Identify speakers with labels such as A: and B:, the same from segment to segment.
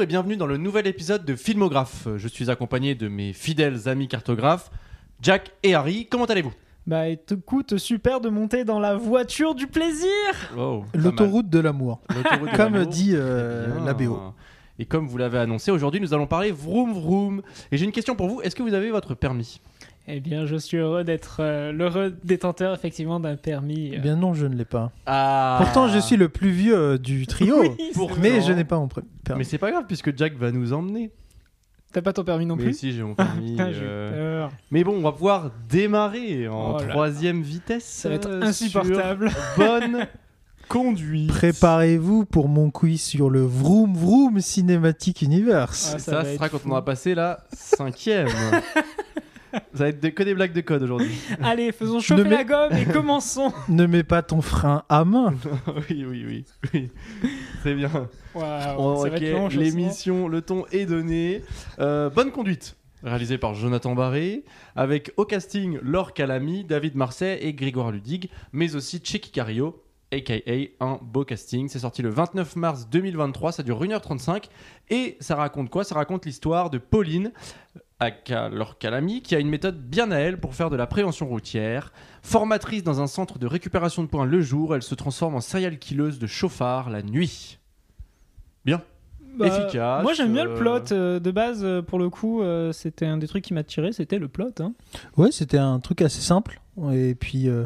A: et bienvenue dans le nouvel épisode de Filmographe. Je suis accompagné de mes fidèles amis cartographes, Jack et Harry. Comment allez-vous
B: Bah écoute, super de monter dans la voiture du plaisir
C: L'autoroute de l'amour,
A: L'autoroute de
C: comme
A: Ah, l'amour.
C: dit euh,
A: Bien.
C: la BO.
B: Ah.
A: Et comme vous l'avez annoncé, aujourd'hui nous allons parler vroom vroom. Et j'ai une question pour vous, est-ce que vous avez votre permis
B: Eh bien, je suis heureux d'être euh, l'heureux détenteur effectivement d'un permis. euh.
C: Eh Bien non, je ne l'ai pas.
A: Ah
C: Pourtant, je suis le plus vieux euh, du trio,
A: Pourtant.
C: mais je n'ai pas mon pre- permis.
A: Mais c'est pas grave puisque Jack va nous emmener.
B: T'as pas ton permis non
A: mais
B: plus
A: si j'ai mon permis.
C: Ah,
B: Putain, j'ai eu
A: euh,
B: peur.
A: Mais bon, on va pouvoir démarrer en
B: Oh là là.
A: troisième vitesse.
B: Ça va être
A: euh,
B: insupportable.
A: sur Bonne conduite.
C: Préparez-vous pour mon quiz sur le Vroom Vroom Cinematic Universe.
B: Ah,
A: Et
B: ça
A: ça,
B: va
A: ce
B: être
A: sera quand
B: fou.
A: on aura passé la cinquième. Ça va être de- que des blagues de code aujourd'hui.
B: Allez, faisons chauffer
C: Ne mets-
B: la gomme et commençons.
C: Ne mets pas ton frein à main.
A: oui, oui, oui. oui. C'est bien.
B: Waouh,
A: On-
B: ça va
A: Oh, ok,
B: être long, je sens.
A: L'émission, le ton est donné. Euh, bonne conduite, réalisée par Jonathan Barré, avec au casting Laure Calamy, David Marseille et Grégoire Ludig, mais aussi Chicky Cario, aka un beau casting. C'est sorti le 29 mars 2023, ça dure 1h35 et ça raconte quoi Ça raconte l'histoire de Pauline, aka Laure Calamy, qui a une méthode bien à elle pour faire de la prévention routière. Formatrice dans un centre de récupération de points le jour, elle se transforme en serial killeuse de chauffard la nuit.
B: Bah,
A: efficace,
B: Moi j'aime bien le
A: euh,
B: plot euh, de base euh, pour le coup euh, c'était un des trucs qui m'a tiré c'était le plot hein.
C: Ouais, c'était un truc assez simple. Et puis, euh,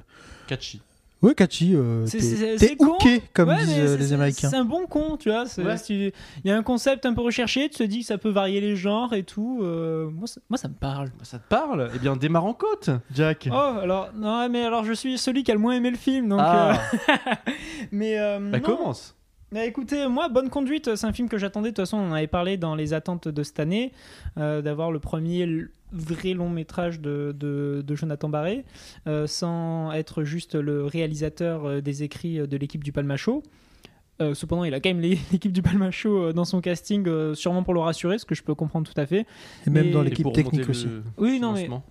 A: Catchy.
C: ouais, Kachi, euh,
B: C'est-
C: t'es
B: c'est-
C: t'es
B: c'est con.
C: hooké, comme
B: Ouais,
C: disent
B: mais
C: euh,
B: c'est-
C: les
B: c'est-
C: Américains.
B: C'est un bon con, tu vois. c'est-
A: Ouais.
B: si- Il y a un concept un peu recherché, tu te dis que ça peut varier les genres et tout. euh, moi, ça, moi, ça me parle.
A: Ça te parle Eh bien, démarre en côte, Jack.
B: Oh, alors, non, mais alors je suis celui qui a le moins aimé le film, donc.
A: ah,
B: euh, mais. euh,
A: bah
B: non.
A: commence.
B: Mais écoutez, moi, Bonne Conduite, c'est un film que j'attendais. De toute façon, on en avait parlé dans les attentes de cette année, euh, d'avoir le premier l- vrai long métrage de, de- de Jonathan Barré, euh, sans être juste le réalisateur euh, des écrits euh, de l'équipe du Palma Show. Euh, cependant, il a quand même les- l'équipe du Palma Show euh, dans son casting, euh, sûrement pour le rassurer, ce que je peux comprendre tout à fait.
C: Et même
B: mais-
C: dans
B: Et
C: l'équipe
A: pour
C: technique
A: remonter
C: aussi.
A: le
B: Oui, non, mais-
A: financement.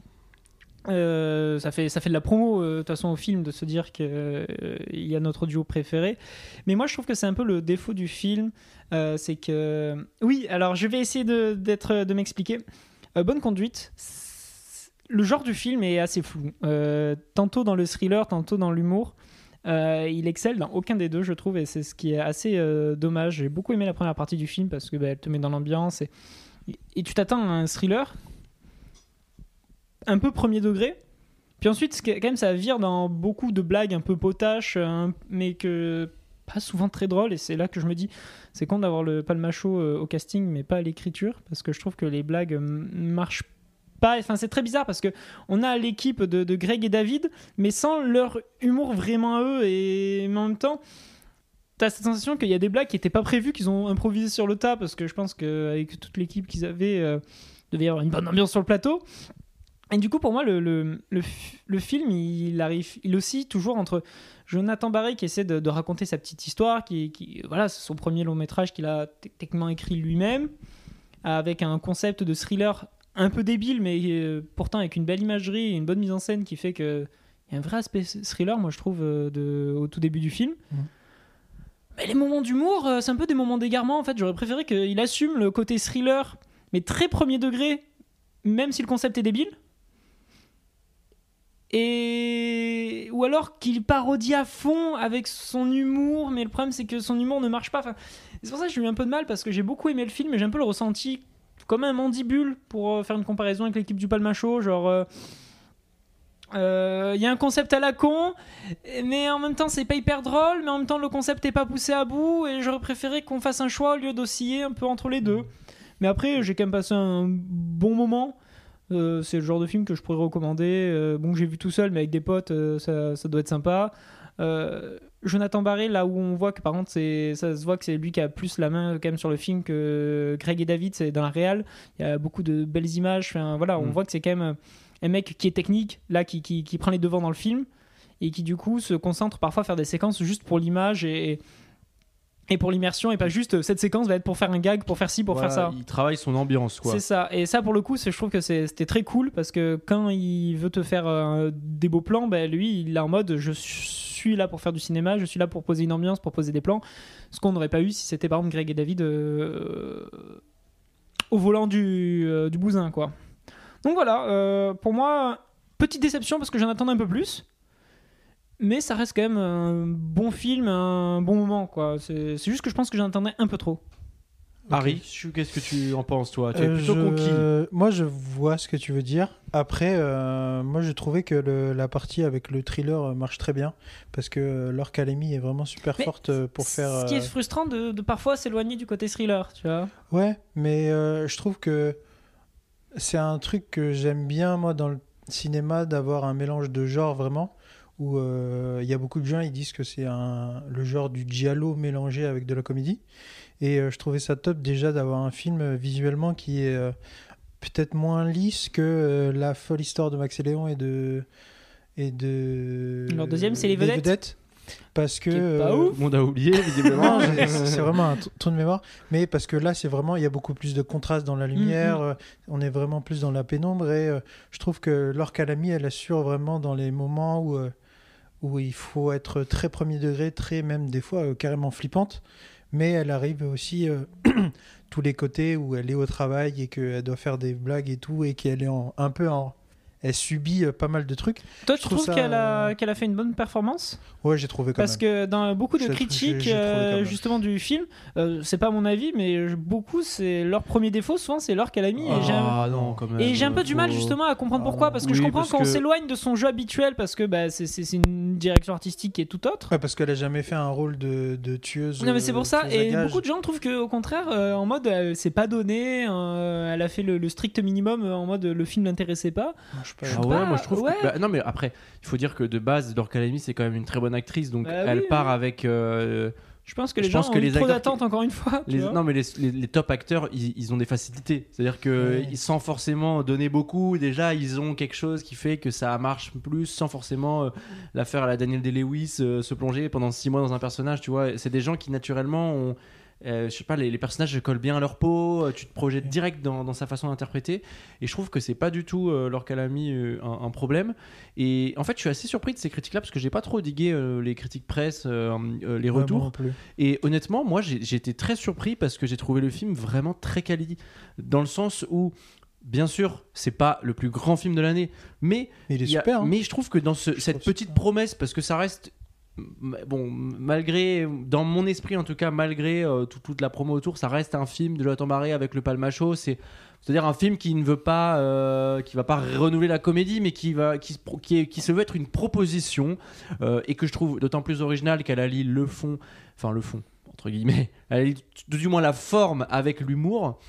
B: Euh, ça fait ça fait de la promo euh, de toute façon au film de se dire que euh, il y a notre duo préféré mais moi je trouve que c'est un peu le défaut du film euh, c'est que oui alors je vais essayer de d'être de m'expliquer Euh, bonne conduite c'est- le genre du film est assez flou Euh, tantôt dans le thriller tantôt dans l'humour Euh, il excelle dans aucun des deux je trouve et c'est ce qui est assez euh, dommage j'ai beaucoup aimé la première partie du film parce que bah, elle te met dans l'ambiance et, et tu t'attends à un thriller un peu premier degré. Puis ensuite, ce qui- quand même, ça vire dans beaucoup de blagues un peu potaches, hein, mais que pas souvent très drôles. Et c'est là que je me dis, c'est con d'avoir le palmacho euh, au casting, mais pas à l'écriture, parce que je trouve que les blagues euh, marchent pas. Enfin, c'est très bizarre parce que on a l'équipe de, de Greg et David, mais sans leur humour vraiment à eux, et mais en même temps. T'as cette sensation qu'il y a des blagues qui n'étaient pas prévues, qu'ils ont improvisées sur le tas, parce que je pense qu'avec toute l'équipe qu'ils avaient, euh, devait y avoir une bonne ambiance sur le plateau. Et du coup, pour moi, le, le, le, f- le film, il arrive, il oscille toujours entre Jonathan Barré qui essaie de, de raconter sa petite histoire, qui, qui voilà, c'est son premier long métrage qu'il a t- techniquement écrit lui-même, avec un concept de thriller un peu débile, mais euh, pourtant avec une belle imagerie et une bonne mise en scène qui fait que il y a un vrai aspect thriller, moi je trouve, euh, de, au tout début du film.
C: Mhm.
B: Mais les moments d'humour, euh, c'est un peu des moments d'égarement en fait. J'aurais préféré qu'il assume le côté thriller, mais très premier degré, même si le concept est débile. Et ou alors qu'il parodie à fond avec son humour, mais le problème c'est que son humour ne marche pas. Enfin, c'est pour ça que j'ai eu un peu de mal parce que j'ai beaucoup aimé le film, mais j'ai un peu le ressenti comme un mandibule pour euh, faire une comparaison avec l'équipe du Palma Show, genre. euh, euh, Il y a un concept à la con, mais en même temps c'est pas hyper drôle, mais en même temps le concept est pas poussé à bout, et j'aurais préféré qu'on fasse un choix au lieu d'osciller un peu entre les deux. Mais après, j'ai quand même passé un bon moment. Euh, c'est le genre de film que je pourrais recommander. Euh, bon, que j'ai vu tout seul, mais avec des potes, euh, ça, ça doit être sympa. Euh, Jonathan Barré, là où on voit que par contre, c'est, ça se voit que c'est lui qui a plus la main quand même sur le film que Greg et David, c'est dans la réal. Il y a beaucoup de belles images. Enfin, voilà, on
A: Mm.
B: voit que c'est quand même un mec qui est technique, là, qui, qui, qui prend les devants dans le film et qui du coup se concentre parfois à faire des séquences juste pour l'image et, et pour l'immersion et pas juste euh, cette séquence va être pour faire un gag, pour faire ci, pour
A: Voilà,
B: faire ça.
A: Il travaille son ambiance, quoi.
B: C'est ça. Et ça, pour le coup, c'est- je trouve que c'est- c'était très ben, cool parce que quand il veut te faire euh, des beaux plans, bah, lui, il est en mode je suis suis là pour faire du cinéma, je suis là pour poser une ambiance, pour poser des plans. Ce qu'on n'aurait pas eu si c'était par exemple Greg et David euh, au volant du, euh, du bousin, quoi. Donc voilà, euh, pour moi, petite déception parce que j'en attendais un peu plus. Mais ça reste quand même un bon film, un bon moment, quoi. C'est c'est juste que je pense que j'en attendais un peu trop.
A: Harry, tu- qu'est-ce que tu en penses, toi Tu es
C: Euh,
A: plutôt
C: je-
A: conquis.
C: Moi, je vois ce que tu veux dire. Après, euh, moi, je trouvais que le- la partie avec le thriller euh, marche très bien parce que euh, Laure Calamy est vraiment super
B: Mais
C: forte euh, pour faire.
B: Ce qui
C: euh,
B: est frustrant de, de parfois s'éloigner du côté thriller, tu vois.
C: Ouais, mais euh, je trouve que c'est un truc que j'aime bien, moi, dans le cinéma, d'avoir un mélange de genres vraiment. Où euh, il y a beaucoup de gens, ils disent que c'est un, le genre du giallo mélangé avec de la comédie. Et euh, je trouvais ça top déjà d'avoir un film euh, visuellement qui est euh, peut-être moins lisse que euh, la folle histoire de Max et Léon et de. Et de
B: Leur deuxième, c'est Les
C: des
B: Vedettes.
C: Parce que.
B: Qui est pas
C: euh,
A: Tout le monde a oublié, visiblement.
C: non, j'ai- c'est vraiment un t- tour de mémoire. Mais parce que là, c'est vraiment, il y a beaucoup plus de contraste dans la
B: Mm-hmm.
C: lumière. euh, on est vraiment plus dans la pénombre. Et euh, je trouve que Laure Calamy, elle assure vraiment dans les moments où, euh, où il faut être très premier degré, très même des fois euh, carrément flippante. Mais elle arrive aussi euh, tous les côtés où elle est au travail et qu'elle doit faire des blagues et tout. Et qu'elle est en- un peu en. Elle subit euh, pas mal de trucs.
B: Toi,
C: je
B: tu
C: trouve
B: trouves
C: ça,
B: qu'elle a,
C: euh,
B: qu'elle a fait une bonne performance
C: Ouais, j'ai trouvé quand
B: Parce que
C: même.
B: dans beaucoup de
C: Je l'ai-
B: critiques,
C: j'ai- j'ai trouvé
B: euh,
C: quand même.
B: justement, du film, euh, c'est pas mon avis, mais je- beaucoup, c'est leur premier défaut, souvent, c'est l'heure qu'elle a mis. et j'ai un-
A: Ah non, quand même.
B: Et j'ai un peu du mal
A: faut-
B: justement à comprendre
C: Ah,
B: pourquoi, parce que je
A: Oui,
B: comprends
A: parce
B: qu'on
A: que-
B: s'éloigne de son jeu habituel, parce que bah, c'est- c'est c'est une direction artistique qui est tout autre.
C: Ouais, parce qu'elle a jamais fait un rôle de, de tueuse.
B: Non mais c'est
C: euh,
B: pour ça
C: tueuse à
B: et
C: gages.
B: beaucoup de gens trouvent que au contraire euh, en mode elle s'est pas donnée euh, elle a fait le, le strict minimum euh, en mode le film l'intéressait pas
C: Non, je sais pas.
B: Je
A: Ah
B: sais
A: ouais,
B: pas,
A: moi je trouve. que-
B: ouais.
A: bah, non, mais après, il faut dire que de base, Laure Calamy, c'est quand même une très bonne actrice, donc
B: Bah
A: elle
B: oui,
A: part
B: oui.
A: avec. euh,
B: je pense que les
A: Je
B: gens
A: pense
B: ont
A: que
B: eu
A: les
B: trop
A: acteurs
B: d'attentes encore une fois tu
A: les,
B: vois.
A: non, mais les, les- les top acteurs, ils, ils ont des facilités. C'est-à-dire que
C: Ouais.
A: ils- sans forcément donner beaucoup, déjà, ils ont quelque chose qui fait que ça marche plus, sans forcément euh, la faire à la Daniel Day-Lewis, euh, se plonger pendant six mois dans un personnage, tu vois. C'est des gens qui, naturellement, ont. euh, je sais pas, les, les personnages collent bien à leur peau, euh, tu te projettes direct dans, dans sa façon d'interpréter, et je trouve que c'est pas du tout euh, leur qu'elle a mis euh, un, un problème. Et en fait, je suis assez surpris de ces critiques-là parce que j'ai pas trop digué euh, les critiques presse, euh, euh, les
C: Ouais, moi
A: retours.
C: non plus.
A: Et honnêtement, moi, j'ai j'ai été très surpris parce que j'ai trouvé le film vraiment très quali. Dans le sens où, bien sûr, c'est pas le plus grand film de l'année, mais,
C: Mais il est
A: il y a-
C: super. hein.
A: mais je trouve que dans ce-
C: Je
A: cette
C: trouve
A: petite
C: super.
A: promesse, parce que ça reste. m- Bon, malgré, dans mon esprit en tout cas, malgré euh, tout- toute la promo autour, ça reste un film de Jonathan Barré avec le Palmacho. C'est, c'est-à-dire un film qui ne veut pas, euh, qui va pas renouveler la comédie, mais qui va, qui se, pro- qui est- qui se veut être une proposition euh, et que je trouve d'autant plus original qu'elle allie le fond, enfin le fond entre guillemets, elle allie tout du moins la forme avec l'humour.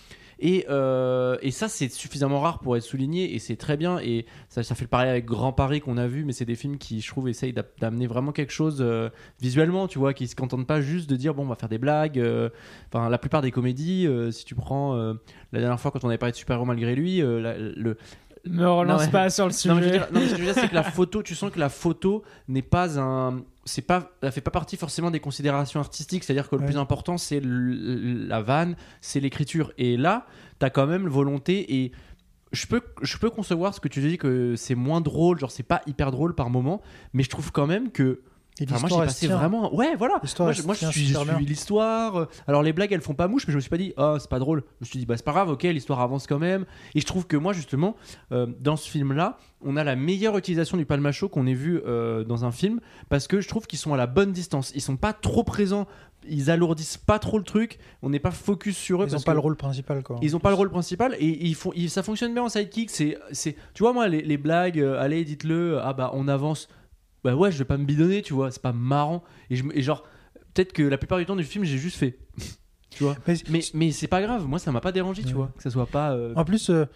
A: Et, euh, et ça, c'est suffisamment rare pour être souligné, et c'est très bien. Et ça, ça fait le pareil avec Grand Paris qu'on a vu, mais c'est des films qui, je trouve, essayent d'ap- d'amener vraiment quelque chose euh, visuellement, tu vois, qui se contentent pas juste de dire bon, on va faire des blagues. euh. Enfin, la plupart des comédies, euh, si tu prends euh, la dernière fois quand on avait parlé de Super-Héros malgré lui, euh, la- le,
B: me relance
A: Non, mais-
B: pas sur le sujet
A: non, mais je veux dire- non, mais ce que je veux dire, c'est que la photo, tu sens que la photo n'est pas un. C'est pas, elle fait pas partie forcément des considérations artistiques. C'est-à-dire que le
C: Ouais.
A: plus important, c'est l- la vanne, c'est l'écriture. Et là, t'as quand même volonté et. Je peux, je peux concevoir ce que tu dis que c'est moins drôle, genre c'est pas hyper drôle par moment, mais je trouve quand même que.
C: Et
A: Enfin, moi j'ai
C: l'histoire, elle se
A: passé
C: tient.
A: vraiment. Ouais, voilà.
C: L'histoire,
A: Moi
C: elle
A: je,
C: se
A: moi, je
C: tient
A: suis, j'ai
C: super bien.
A: suivi l'histoire. euh, Alors les blagues elles font pas mouche, mais je me suis pas dit, oh c'est pas drôle. Je me suis dit, bah c'est pas grave, ok, l'histoire avance quand même. Et je trouve que moi justement, euh, dans ce film là, on a la meilleure utilisation du palmacho qu'on ait vu euh, dans un film parce que je trouve qu'ils sont à la bonne distance. Ils sont pas trop présents, ils alourdissent pas trop le truc. On n'est pas focus sur eux.
C: Ils ont
A: parce
C: pas
A: que-
C: le rôle principal, quoi.
A: ils ont pas le rôle principal et ils font, ils- ça fonctionne bien en sidekick. C'est, c'est, tu vois moi les, les blagues, euh, allez dites-le, ah bah on avance. Bah ouais, je vais pas me bidonner, tu vois, c'est pas marrant. Et, je, me- et genre peut-être que la plupart du temps du film j'ai juste fait, tu vois.
C: Mais-
A: Mais mais c'est pas grave, moi ça m'a pas dérangé, tu
C: Ouais.
A: vois, que ça soit pas. euh,
C: En plus, euh,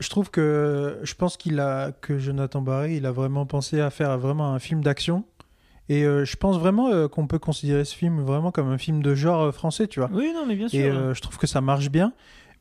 C: je trouve que je pense qu'il a que Jonathan Barry, il a vraiment pensé à faire vraiment un film d'action. Et euh, je pense vraiment euh, qu'on peut considérer ce film vraiment comme un film de genre euh, français, tu vois.
B: oui non mais bien sûr
C: Et euh, je trouve que ça marche bien.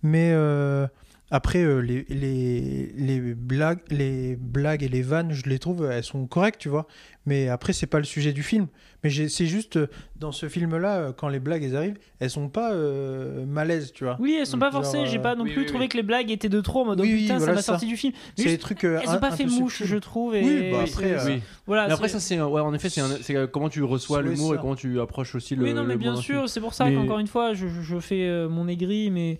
C: Mais euh, Après, euh, les, les, les, blagues, les blagues et les vannes, je les trouve, elles sont correctes, tu vois. Mais après, c'est pas le sujet du film. Mais j'ai- c'est juste, euh, dans ce film-là, euh, quand les blagues, elles arrivent, elles sont pas euh, malaises, tu vois.
B: Oui, elles sont pas
C: Genre,
B: forcées. J'ai
C: euh,
B: pas non
A: oui,
B: plus
A: oui,
B: trouvé
A: oui.
B: que les blagues étaient de trop en mode oh,
C: Oui, oui,
B: putain, ça
C: voilà
B: m'a
C: ça.
B: sorti du film.
C: C'est
B: Juste,
C: des trucs. euh,
B: elles
C: un-
B: ont pas
C: un
B: fait
C: peu
B: mouche,
C: subtils.
B: je trouve. Et...
C: Oui, bah, après, euh,
A: Oui.
B: Voilà,
A: Mais après,
B: Ah, c'est-
A: ça, c'est. un- Ouais, en effet, c'est un- c'est, euh, comment tu reçois
C: Oui,
A: l'humour
C: ça.
A: et comment tu approches aussi le.
B: Oui, non, mais
A: le
B: bien
A: monde
B: sûr, c'est pour ça
A: Mais-
B: qu'encore une fois, je, je- je fais euh, mon aigri, mais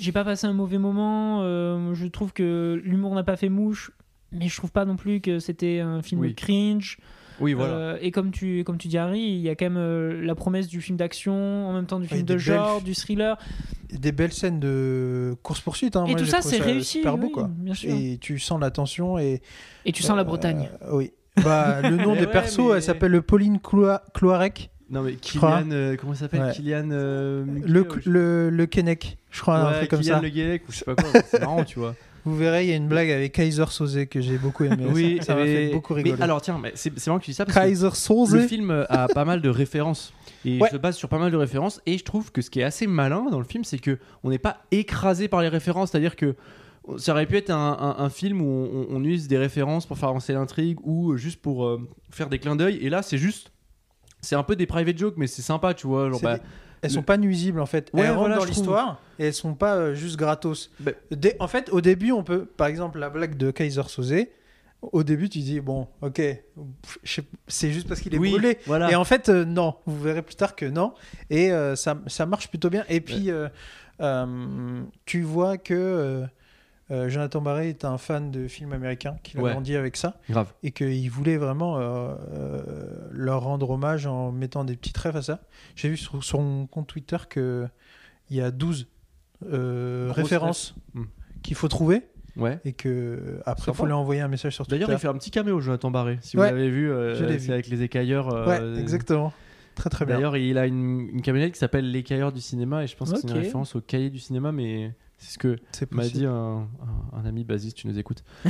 B: j'ai pas passé un mauvais moment. euh, je trouve que l'humour n'a pas fait mouche, mais je trouve pas non plus que c'était un film
A: Oui.
B: cringe.
A: Oui, voilà.
B: Euh, et comme tu, comme tu dis, Harry, il y a quand même euh, la promesse du film d'action, en même temps du
A: Ah,
C: Ouais,
B: film
C: des
B: de
C: belles-
B: genre, du thriller.
C: Des belles scènes de course-poursuite. hein.
B: et
C: Moi,
B: tout
C: j'ai
B: ça,
C: trouvé
B: c'est réussi.
C: Super beau,
B: oui,
C: quoi.
B: bien sûr. Et...
C: Et tu sens la tension et
B: tu sens la
C: Euh,
B: Bretagne.
C: oui. Bah, le nom
A: Mais
C: des
A: ouais,
C: persos,
A: mais-
C: elle s'appelle Pauline Cloa- Cloarec,
A: Non, mais
C: crois.
A: Kylian. euh, comment il s'appelle
C: Ouais.
A: Kylian. euh, Mbappé,
C: le,
A: ou je-
C: le, le Kennec, je crois, un
A: Ouais,
C: truc comme
A: Kylian
C: ça.
A: Le Guélec ou je sais pas quoi. C'est marrant, tu vois.
C: Vous verrez, il y a une blague avec Kaiser Soze que j'ai beaucoup aimé.
A: Oui,
C: ça ça m'a
A: mais-
C: fait beaucoup
A: mais
C: rigoler.
A: alors, tiens, mais c'est, c'est marrant que tu dis ça parce que
C: Kaiser Soze
A: Le film euh, a pas mal de références et
C: Ouais.
A: se base sur pas mal de références et je trouve que ce qui est assez malin dans le film c'est que on n'est pas écrasé par les références c'est à dire que ça aurait pu être un, un- un film où on, on use des références pour faire avancer l'intrigue ou juste pour euh, faire des clins d'œil et là c'est juste c'est un peu des private jokes mais c'est sympa tu vois genre,
C: C'est
A: bah,
C: des- Elles
A: le-
C: sont pas nuisibles en fait.
A: Ouais,
C: elles rentrent
A: voilà,
C: dans
A: je trouve.
C: l'histoire et elles sont pas euh, juste gratos.
A: Bah-
C: Dès- en fait, au début, on peut, par exemple, la blague de Kaiser Soze. Au début, tu dis bon, ok, pff, je sais- c'est juste parce qu'il est
A: oui,
C: brûlé.
A: voilà
C: Et en fait, euh, non. Vous verrez plus tard que non. Et euh, ça, ça marche plutôt bien. Et puis, euh, euh, tu vois que euh, euh, Jonathan Barré est un fan de films américains, qu'il a
A: Ouais.
C: grandi avec ça,
A: grave
C: et qu'il voulait vraiment euh, euh, leur rendre hommage en mettant des petits traits à ça. J'ai vu sur sur son compte Twitter qu'il y a 12 euh,
A: Grosses
C: références
A: refs. Hmm.
C: qu'il faut trouver,
A: ouais
C: et que euh, après, il
A: Sympa.
C: faut lui envoyer un message sur Twitter.
A: D'ailleurs, il fait un petit caméo, Jonathan Barré. Si
C: Ouais,
A: vous l'avez vu, euh,
C: je l'ai
A: c'est
C: vu.
A: avec les écailleurs. euh,
C: Ouais, exactement. Très très bien.
A: D'ailleurs, il a une, une camionnette qui s'appelle L'écailleur du cinéma, et je pense que c'est une
B: Ok.
A: référence au cahier du cinéma, mais c'est ce que
C: C'est
A: m'a
C: possible.
A: dit un, un- un ami basiste, tu nous écoutes. Et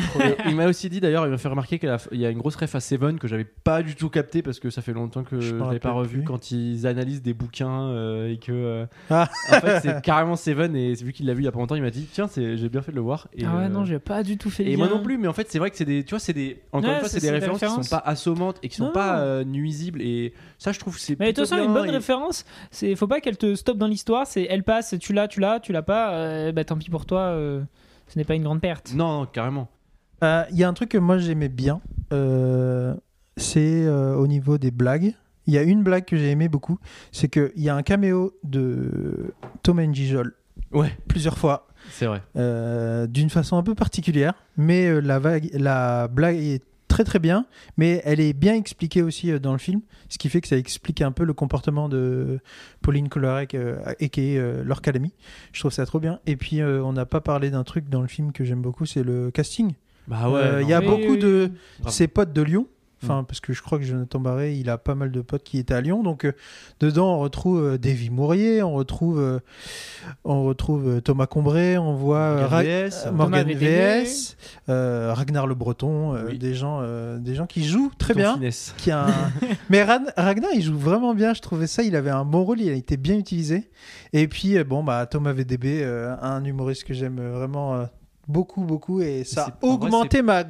A: il m'a aussi dit d'ailleurs, il m'a fait remarquer qu'il y a une grosse ref à Seven que j'avais pas du tout capté parce que ça fait longtemps que
C: Je
A: je
C: m'en
A: l'avais pas
C: rappelle
A: revu
C: plus.
A: quand ils analysent des bouquins euh, et que. euh,
C: Ah.
A: En fait, c'est carrément Seven, et vu qu'il l'a vu il y a pas longtemps, il m'a dit tiens, c'est- j'ai bien fait de le voir. Et,
B: Ah ouais,
A: euh,
B: non, j'ai pas du tout fait le
A: et moi
B: lien.
A: non plus, mais en fait, c'est vrai que c'est des, tu vois, c'est des, encore
B: Ouais,
A: une fois,
B: c'est-
A: c'est des
B: c'est des
A: références, qui
B: références.
A: sont pas assommantes et qui sont
B: Non,
A: pas
B: non.
A: euh, nuisibles. Et ça, je trouve, que c'est.
B: Mais de toute
A: plutôt
B: façon, une
A: bien
B: bonne
A: et-
B: référence, c'est faut pas qu'elle te stoppe dans l'histoire. C'est elle passe, tu l'as, tu l'as, tu l'as pas. euh, bah tant pis pour toi, euh, ce n'est pas une grande perte.
A: Non, non, carrément.
C: Euh, Il y a un truc que moi j'aimais bien, euh, c'est euh, au niveau des blagues. Il y a une blague que j'ai aimé beaucoup, c'est qu'il y a un caméo de Thomas Njijol
A: Ouais,
C: plusieurs fois,
A: c'est vrai.
C: euh, d'une façon un peu particulière, mais euh, la, vague, la blague est très très bien, mais elle est bien expliquée aussi euh, dans le film, ce qui fait que ça explique un peu le comportement de Pauline Colorec et qui est leur calami. Je trouve ça trop bien. Et puis euh, on n'a pas parlé d'un truc dans le film que j'aime beaucoup, c'est le casting.
A: Bah
C: Euh, Il
A: ouais. non, Mm.
C: y a
A: mais-
B: Oui,
C: beaucoup
B: oui,
C: de
A: Grave.
C: ses potes de Lyon. Enfin, parce que je crois que Jonathan Barré, il a pas mal de potes qui étaient à Lyon. Donc, euh, dedans, on retrouve euh, Davy Mourier, on retrouve, euh, on retrouve euh, Thomas Combré, on voit euh, Ra-
A: RDS,
C: euh,
A: euh,
C: Morgan
B: Thomas VDB.
C: VS, euh, Ragnar Le Breton, euh,
A: Oui.
C: des, gens, euh, des gens qui jouent très
A: Tom
C: bien.
A: Finesse.
C: Qui a un- Mais Ran- Ragnar, il joue vraiment bien. Je trouvais ça, il avait un bon rôle, il a été bien utilisé. Et puis, euh, bon, bah, Thomas VDB, euh, un humoriste que j'aime vraiment euh, beaucoup, beaucoup. Et ça a
A: c'est- en vrai,
C: augmenté ma,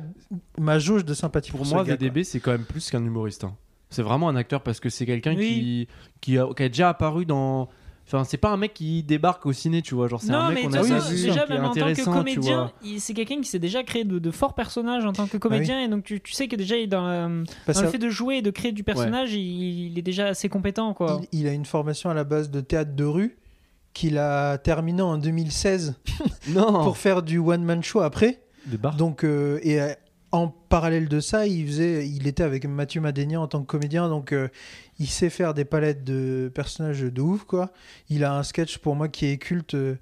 C: ma jauge de sympathie pour,
A: Pour
C: ce
A: moi,
C: gars, quoi.
A: VDB, c'est quand même plus qu'un humoriste. hein. C'est vraiment un acteur parce que c'est quelqu'un
B: Oui.
A: qui, qui, a, qui a déjà apparu dans. Enfin, c'est pas un mec qui débarque au ciné, tu vois. Genre, c'est
B: Non,
A: un
B: mais
A: mec
B: de
A: qu'on a
B: toute
C: oui,
B: façon,
A: déjà vu,
B: déjà
A: qui est
B: même en tant que
A: intéressant, tu vois.
B: comédien, il- c'est quelqu'un qui s'est déjà créé de, de forts personnages en tant
A: Ah
B: que comédien, et donc tu, tu sais que déjà il est dans, la-
C: Parce
B: dans le
C: que-
B: fait de jouer et de créer du personnage, il, il est déjà assez compétent quoi.
C: il, il a une formation à la base de théâtre de rue qu'il a terminé en 2016
A: Non,
C: pour faire du one man show après.
A: débarque.
C: Donc euh, et euh, en parallèle de ça, il faisait, il était avec Mathieu Madénian en tant que comédien, donc euh, il sait faire des palettes de personnages de ouf quoi. Il a un sketch pour moi qui est culte euh,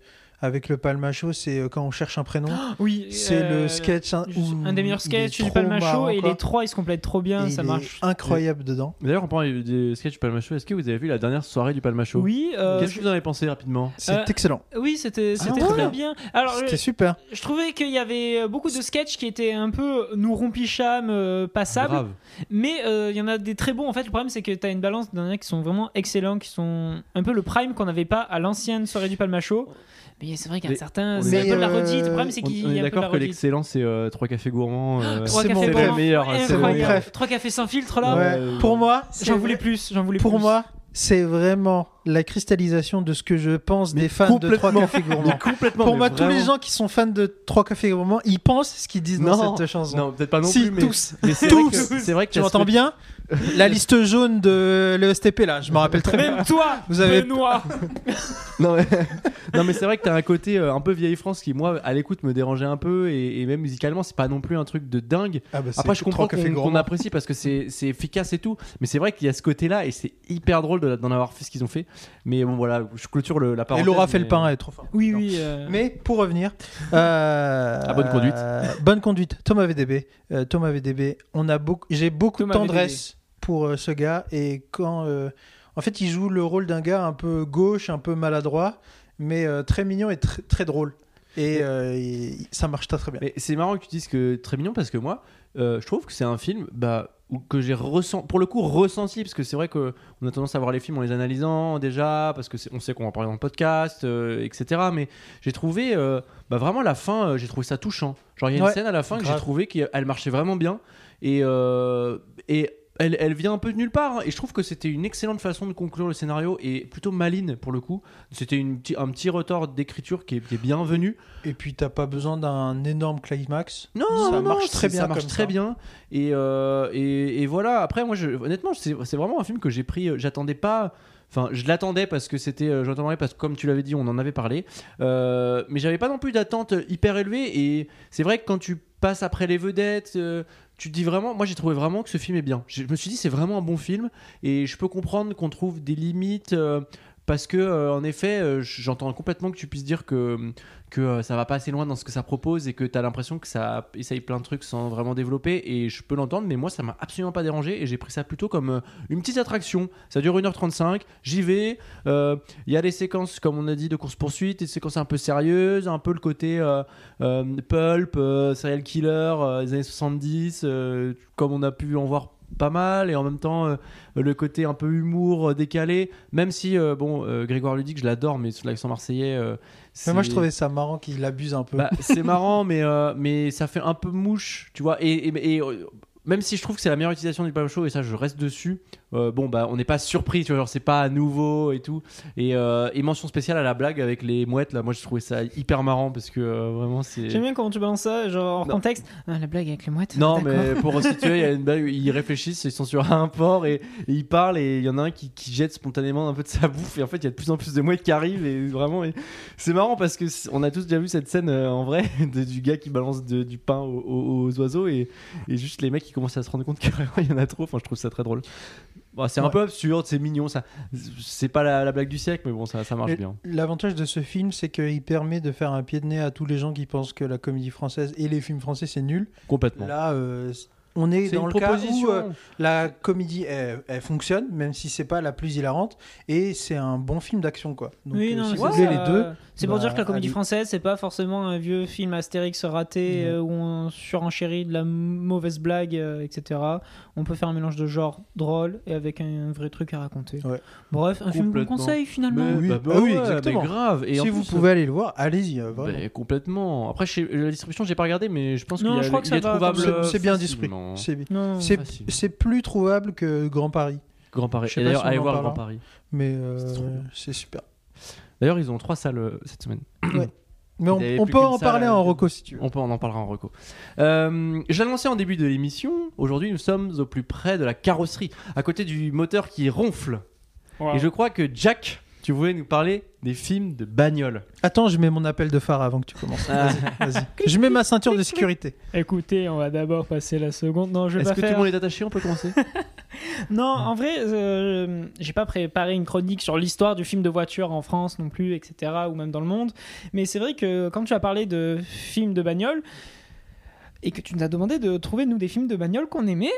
C: avec le Palmacho, c'est euh, quand on cherche un prénom.
B: Oui,
C: c'est
B: euh,
C: le sketch hein,
B: je-
C: où
B: Un des meilleurs
C: il est
B: sketchs du
C: trop
B: Palma Show
C: marrant,
B: et
C: quoi.
B: les trois ils se complètent trop bien,
C: Et
B: ça
C: il est
B: marche.
C: incroyable dedans.
A: D'ailleurs, on parle des sketchs du Palma Show. Est-ce que vous avez vu la dernière soirée du Palma Show
B: Oui, euh,
A: Qu'est-ce que vous en avez pensé rapidement
C: C'est
B: Euh,
C: excellent.
B: je- oui, c'était c'était
C: ouais.
B: très bien. Alors
C: Ah, C'était super.
B: Je trouvais qu'il y avait beaucoup de sketchs qui étaient un peu nous rompicham, euh, passables,
A: Grave.
B: mais euh, il y en a des très bons. En fait, le problème c'est que tu as une balance d'un qui sont vraiment excellents, qui sont un peu le prime qu'on n'avait pas à l'ancienne soirée du Palma Show. Mais il y mais c'est vrai qu'un
A: Mais-
B: certain.
A: on
B: C'est
A: est
B: un peu la
C: d'accord-
B: redite. Le problème, c'est
A: On,
B: qu'il
A: on
B: y
A: est
B: a un peu la
A: d'accord que
B: redite.
A: l'excellence c'est euh, trois cafés gourmands. euh,
B: Trois
C: C'est
B: cafés
C: mon
A: c'est
B: gourmands,
A: le meilleur.
B: incroyable.
A: c'est le meilleur.
C: Bref.
B: Trois cafés sans filtre
C: Ouais.
B: là.
A: Ouais.
C: Pour moi, c'est-
B: J'en voulais plus. J'en voulais
C: pour
B: plus.
C: moi, c'est vraiment la cristallisation de ce que je pense des fans de Trois
A: complètement.
C: Cafés Gourmands.
A: Mais complètement.
C: Pour
A: mais
C: moi, tous les
A: vraiment.
C: gens qui sont fans de Trois Cafés Gourmands, ils pensent ce qu'ils disent dans
A: Non.
C: cette chanson.
A: Non, peut-être pas non plus,
C: si,
A: mais.
C: tous.
A: mais c'est
C: Tous.
A: vrai que- c'est vrai que
C: Tu
A: t'as ce
C: m'entends
A: côté-
C: bien La liste jaune de l'ESTP, là, je me rappelle très bien.
B: Même toi,
C: Vous avez-
B: Benoît.
A: Non mais, non, mais c'est vrai que t'as un côté euh, un peu vieille France qui, moi, à l'écoute, me dérangeait un peu. Et, et même musicalement, c'est pas non plus un truc de dingue.
B: Ah, bah,
A: Après, je comprends qu'on qu'on apprécie parce que c'est c'est efficace et tout. Mais c'est vrai qu'il y a ce côté-là et c'est hyper drôle de la- d'en avoir fait ce qu'ils ont fait. Mais bon, voilà, je clôture le, la
C: Et
A: parenthèse.
C: Laura
A: mais-
C: fait le pain, elle est trop forte.
B: Oui,
C: Non.
B: oui. euh,
C: Mais pour revenir euh,
A: À Ah, bonne conduite.
C: euh, bonne conduite. Thomas VDB. euh, Thomas VDB. On a beaucoup. J'ai beaucoup
B: Thomas
C: de tendresse pour euh, ce gars et quand euh, en fait il joue le rôle d'un gars un peu gauche, un peu maladroit, mais euh, très mignon et tr- très drôle. Et euh, il- ça marche très très bien.
A: Mais c'est marrant que tu dises que très mignon parce que moi, euh, je trouve que c'est un film bah, où- que j'ai ressent, pour le coup ressenti parce que c'est vrai qu'on a tendance à voir les films en les analysant déjà parce que c'est- on sait qu'on va en parler dans le podcast, euh, etc. Mais j'ai trouvé euh, bah, vraiment la fin, euh, j'ai trouvé ça touchant. Genre il y a une
C: Ouais,
A: scène à la fin que j'ai
C: grave.
A: trouvé qu'elle marchait vraiment bien et euh, et elle, elle vient un peu de nulle part hein. et je trouve que c'était une excellente façon de conclure le scénario et plutôt maline pour le coup. C'était une petit- un petit retort d'écriture qui est, qui est bienvenu.
C: Et puis t'as pas besoin d'un énorme climax.
A: Non,
C: ça
A: non, non,
C: marche
A: c'est-
C: très bien.
A: Ça marche
C: comme
A: très bien. Et, euh, et, et voilà, après, moi, je, honnêtement, c'est c'est vraiment un film que j'ai pris. euh, J'attendais pas. Enfin, je l'attendais parce que c'était. euh, J'attendais parce que, comme tu l'avais dit, on en avait parlé. Euh, mais j'avais pas non plus d'attente hyper élevée. Et c'est vrai que quand tu passes après les vedettes. euh, tu te dis vraiment, moi j'ai trouvé vraiment que ce film est bien. Je me suis dit c'est vraiment un bon film et je peux comprendre qu'on trouve des limites euh, parce que euh, en effet euh, j'entends complètement que tu puisses dire que que euh, ça va pas assez loin dans ce que ça propose et que tu as l'impression que ça essaye plein de trucs sans vraiment développer et je peux l'entendre mais moi ça m'a absolument pas dérangé et j'ai pris ça plutôt comme euh, une petite attraction ça dure 1h35 j'y vais euh, il y a des séquences comme on a dit de course poursuite des séquences un peu sérieuses un peu le côté euh, euh, pulp euh, serial killer euh, des années 70 euh, comme on a pu en voir pas mal et en même temps euh, le côté un peu humour euh, décalé même si euh, bon euh, Grégoire Ludic je l'adore mais sous l'accent marseillais euh,
C: Mais moi je
A: c'est-
C: trouvais ça marrant qu'il abuse un peu.
A: bah, c'est marrant, mais, euh, mais ça fait un peu mouche, tu vois. Et, et- et, euh, même si je trouve que c'est la meilleure utilisation du Palm Show, et ça, je reste dessus, euh, bon, bah, on n'est pas surpris, tu vois, genre, c'est pas à nouveau et tout. Et, euh, et mention spéciale à la blague avec les mouettes, là, moi, je trouvais ça hyper marrant parce que euh, vraiment, c'est.
B: J'aime bien comment tu balances ça, genre hors
A: Non.
B: contexte. Ah, la blague avec les mouettes.
A: Non,
B: d'accord.
A: mais pour resituer, il y a une blague où ils réfléchissent, ils sont sur un port et, et ils parlent et il y en a un qui, qui jette spontanément un peu de sa bouffe et en fait il y a de plus en plus de mouettes qui arrivent et vraiment et- c'est marrant parce que c- on a tous déjà vu cette scène euh, en vrai de- du gars qui balance de- du pain aux, aux- aux oiseaux et, et juste les mecs qui commencent à se rendre compte qu'il y en a trop. Enfin, je trouve ça très drôle. Bon, c'est un
C: Ouais.
A: peu absurde, c'est mignon, ça. C'est pas la, la blague du siècle, mais bon, ça, ça marche
C: Mais
A: bien.
C: L'avantage de ce film, c'est qu'il permet de faire un pied de nez à tous les gens qui pensent que la comédie française et les films français c'est nul.
A: Complètement.
C: Là, euh, on est, dans le cas où euh, la comédie elle, elle fonctionne, même si c'est pas la plus hilarante, et c'est un bon film d'action quoi. Donc,
B: oui,
C: euh,
B: non,
C: si
B: mais
C: vous
B: c'est
C: voulez les
B: ça,
C: deux,
B: euh, C'est pour
C: bah,
B: dire que la comédie
C: allez.
B: française, c'est pas forcément un vieux film Astérix raté
C: Ouais.
B: euh, où on surenchérit de la mauvaise blague, euh, etc. On peut faire un mélange de genres drôle et avec un vrai truc à raconter.
C: Ouais.
B: Bref, un film qu'on
A: Complètement.
B: conseille finalement.
A: Mais-
C: oui.
A: bah, bah
C: Ah oui,
A: ouais, mais
C: exactement.
A: grave. Et en
C: si vous
A: plus,
C: pouvez aller le voir, allez-y. euh, vraiment.
A: Ben, complètement. Après, chez la distribution, j'ai pas regardé, mais je pense qu'il
B: Non,
A: y a-
B: je crois que
A: il est
B: ça va,
A: trouvable.
B: comme
C: c'est bien distribué.
A: facilement.
C: C'est bien.
B: Non.
C: C'est-
A: Facile.
C: C'est plus trouvable que Grand Paris,
A: Grand Paris.
C: Je sais
A: Et
C: pas
A: D'ailleurs,
C: si on
A: allez
C: en
A: voir le
C: parlera.
A: Grand Paris.
C: mais euh,
A: C'est trop bien.
C: c'est super.
A: D'ailleurs, ils ont trois salles euh, cette semaine.
C: Mais on,
A: Il avait
C: on
A: plus
C: peut
A: qu'une
C: en
A: salle
C: parler
A: à-
C: en reco si tu veux.
A: On, peut, on en parlera en reco. Euh, je l'annonçais en début de l'émission. Aujourd'hui, nous sommes au plus près de la carrosserie, à côté du moteur qui ronfle. Et je crois que Jack, tu voulais nous parler des films de bagnole.
C: Attends, je mets mon appel de phare avant que tu commences.
A: Ah.
C: Vas-y, vas-y. Je mets ma ceinture de sécurité.
B: Écoutez, on va d'abord passer la seconde. Non, je vais
A: Est-ce
B: pas
A: que
B: faire.
A: tout le monde est attaché On peut commencer
B: Non, en vrai, euh, j'ai pas préparé une chronique sur l'histoire du film de voiture en France non plus, etc., ou même dans le monde. Mais c'est vrai que quand tu as parlé de films de bagnole et que tu nous as demandé de trouver nous des films de bagnole qu'on aimait.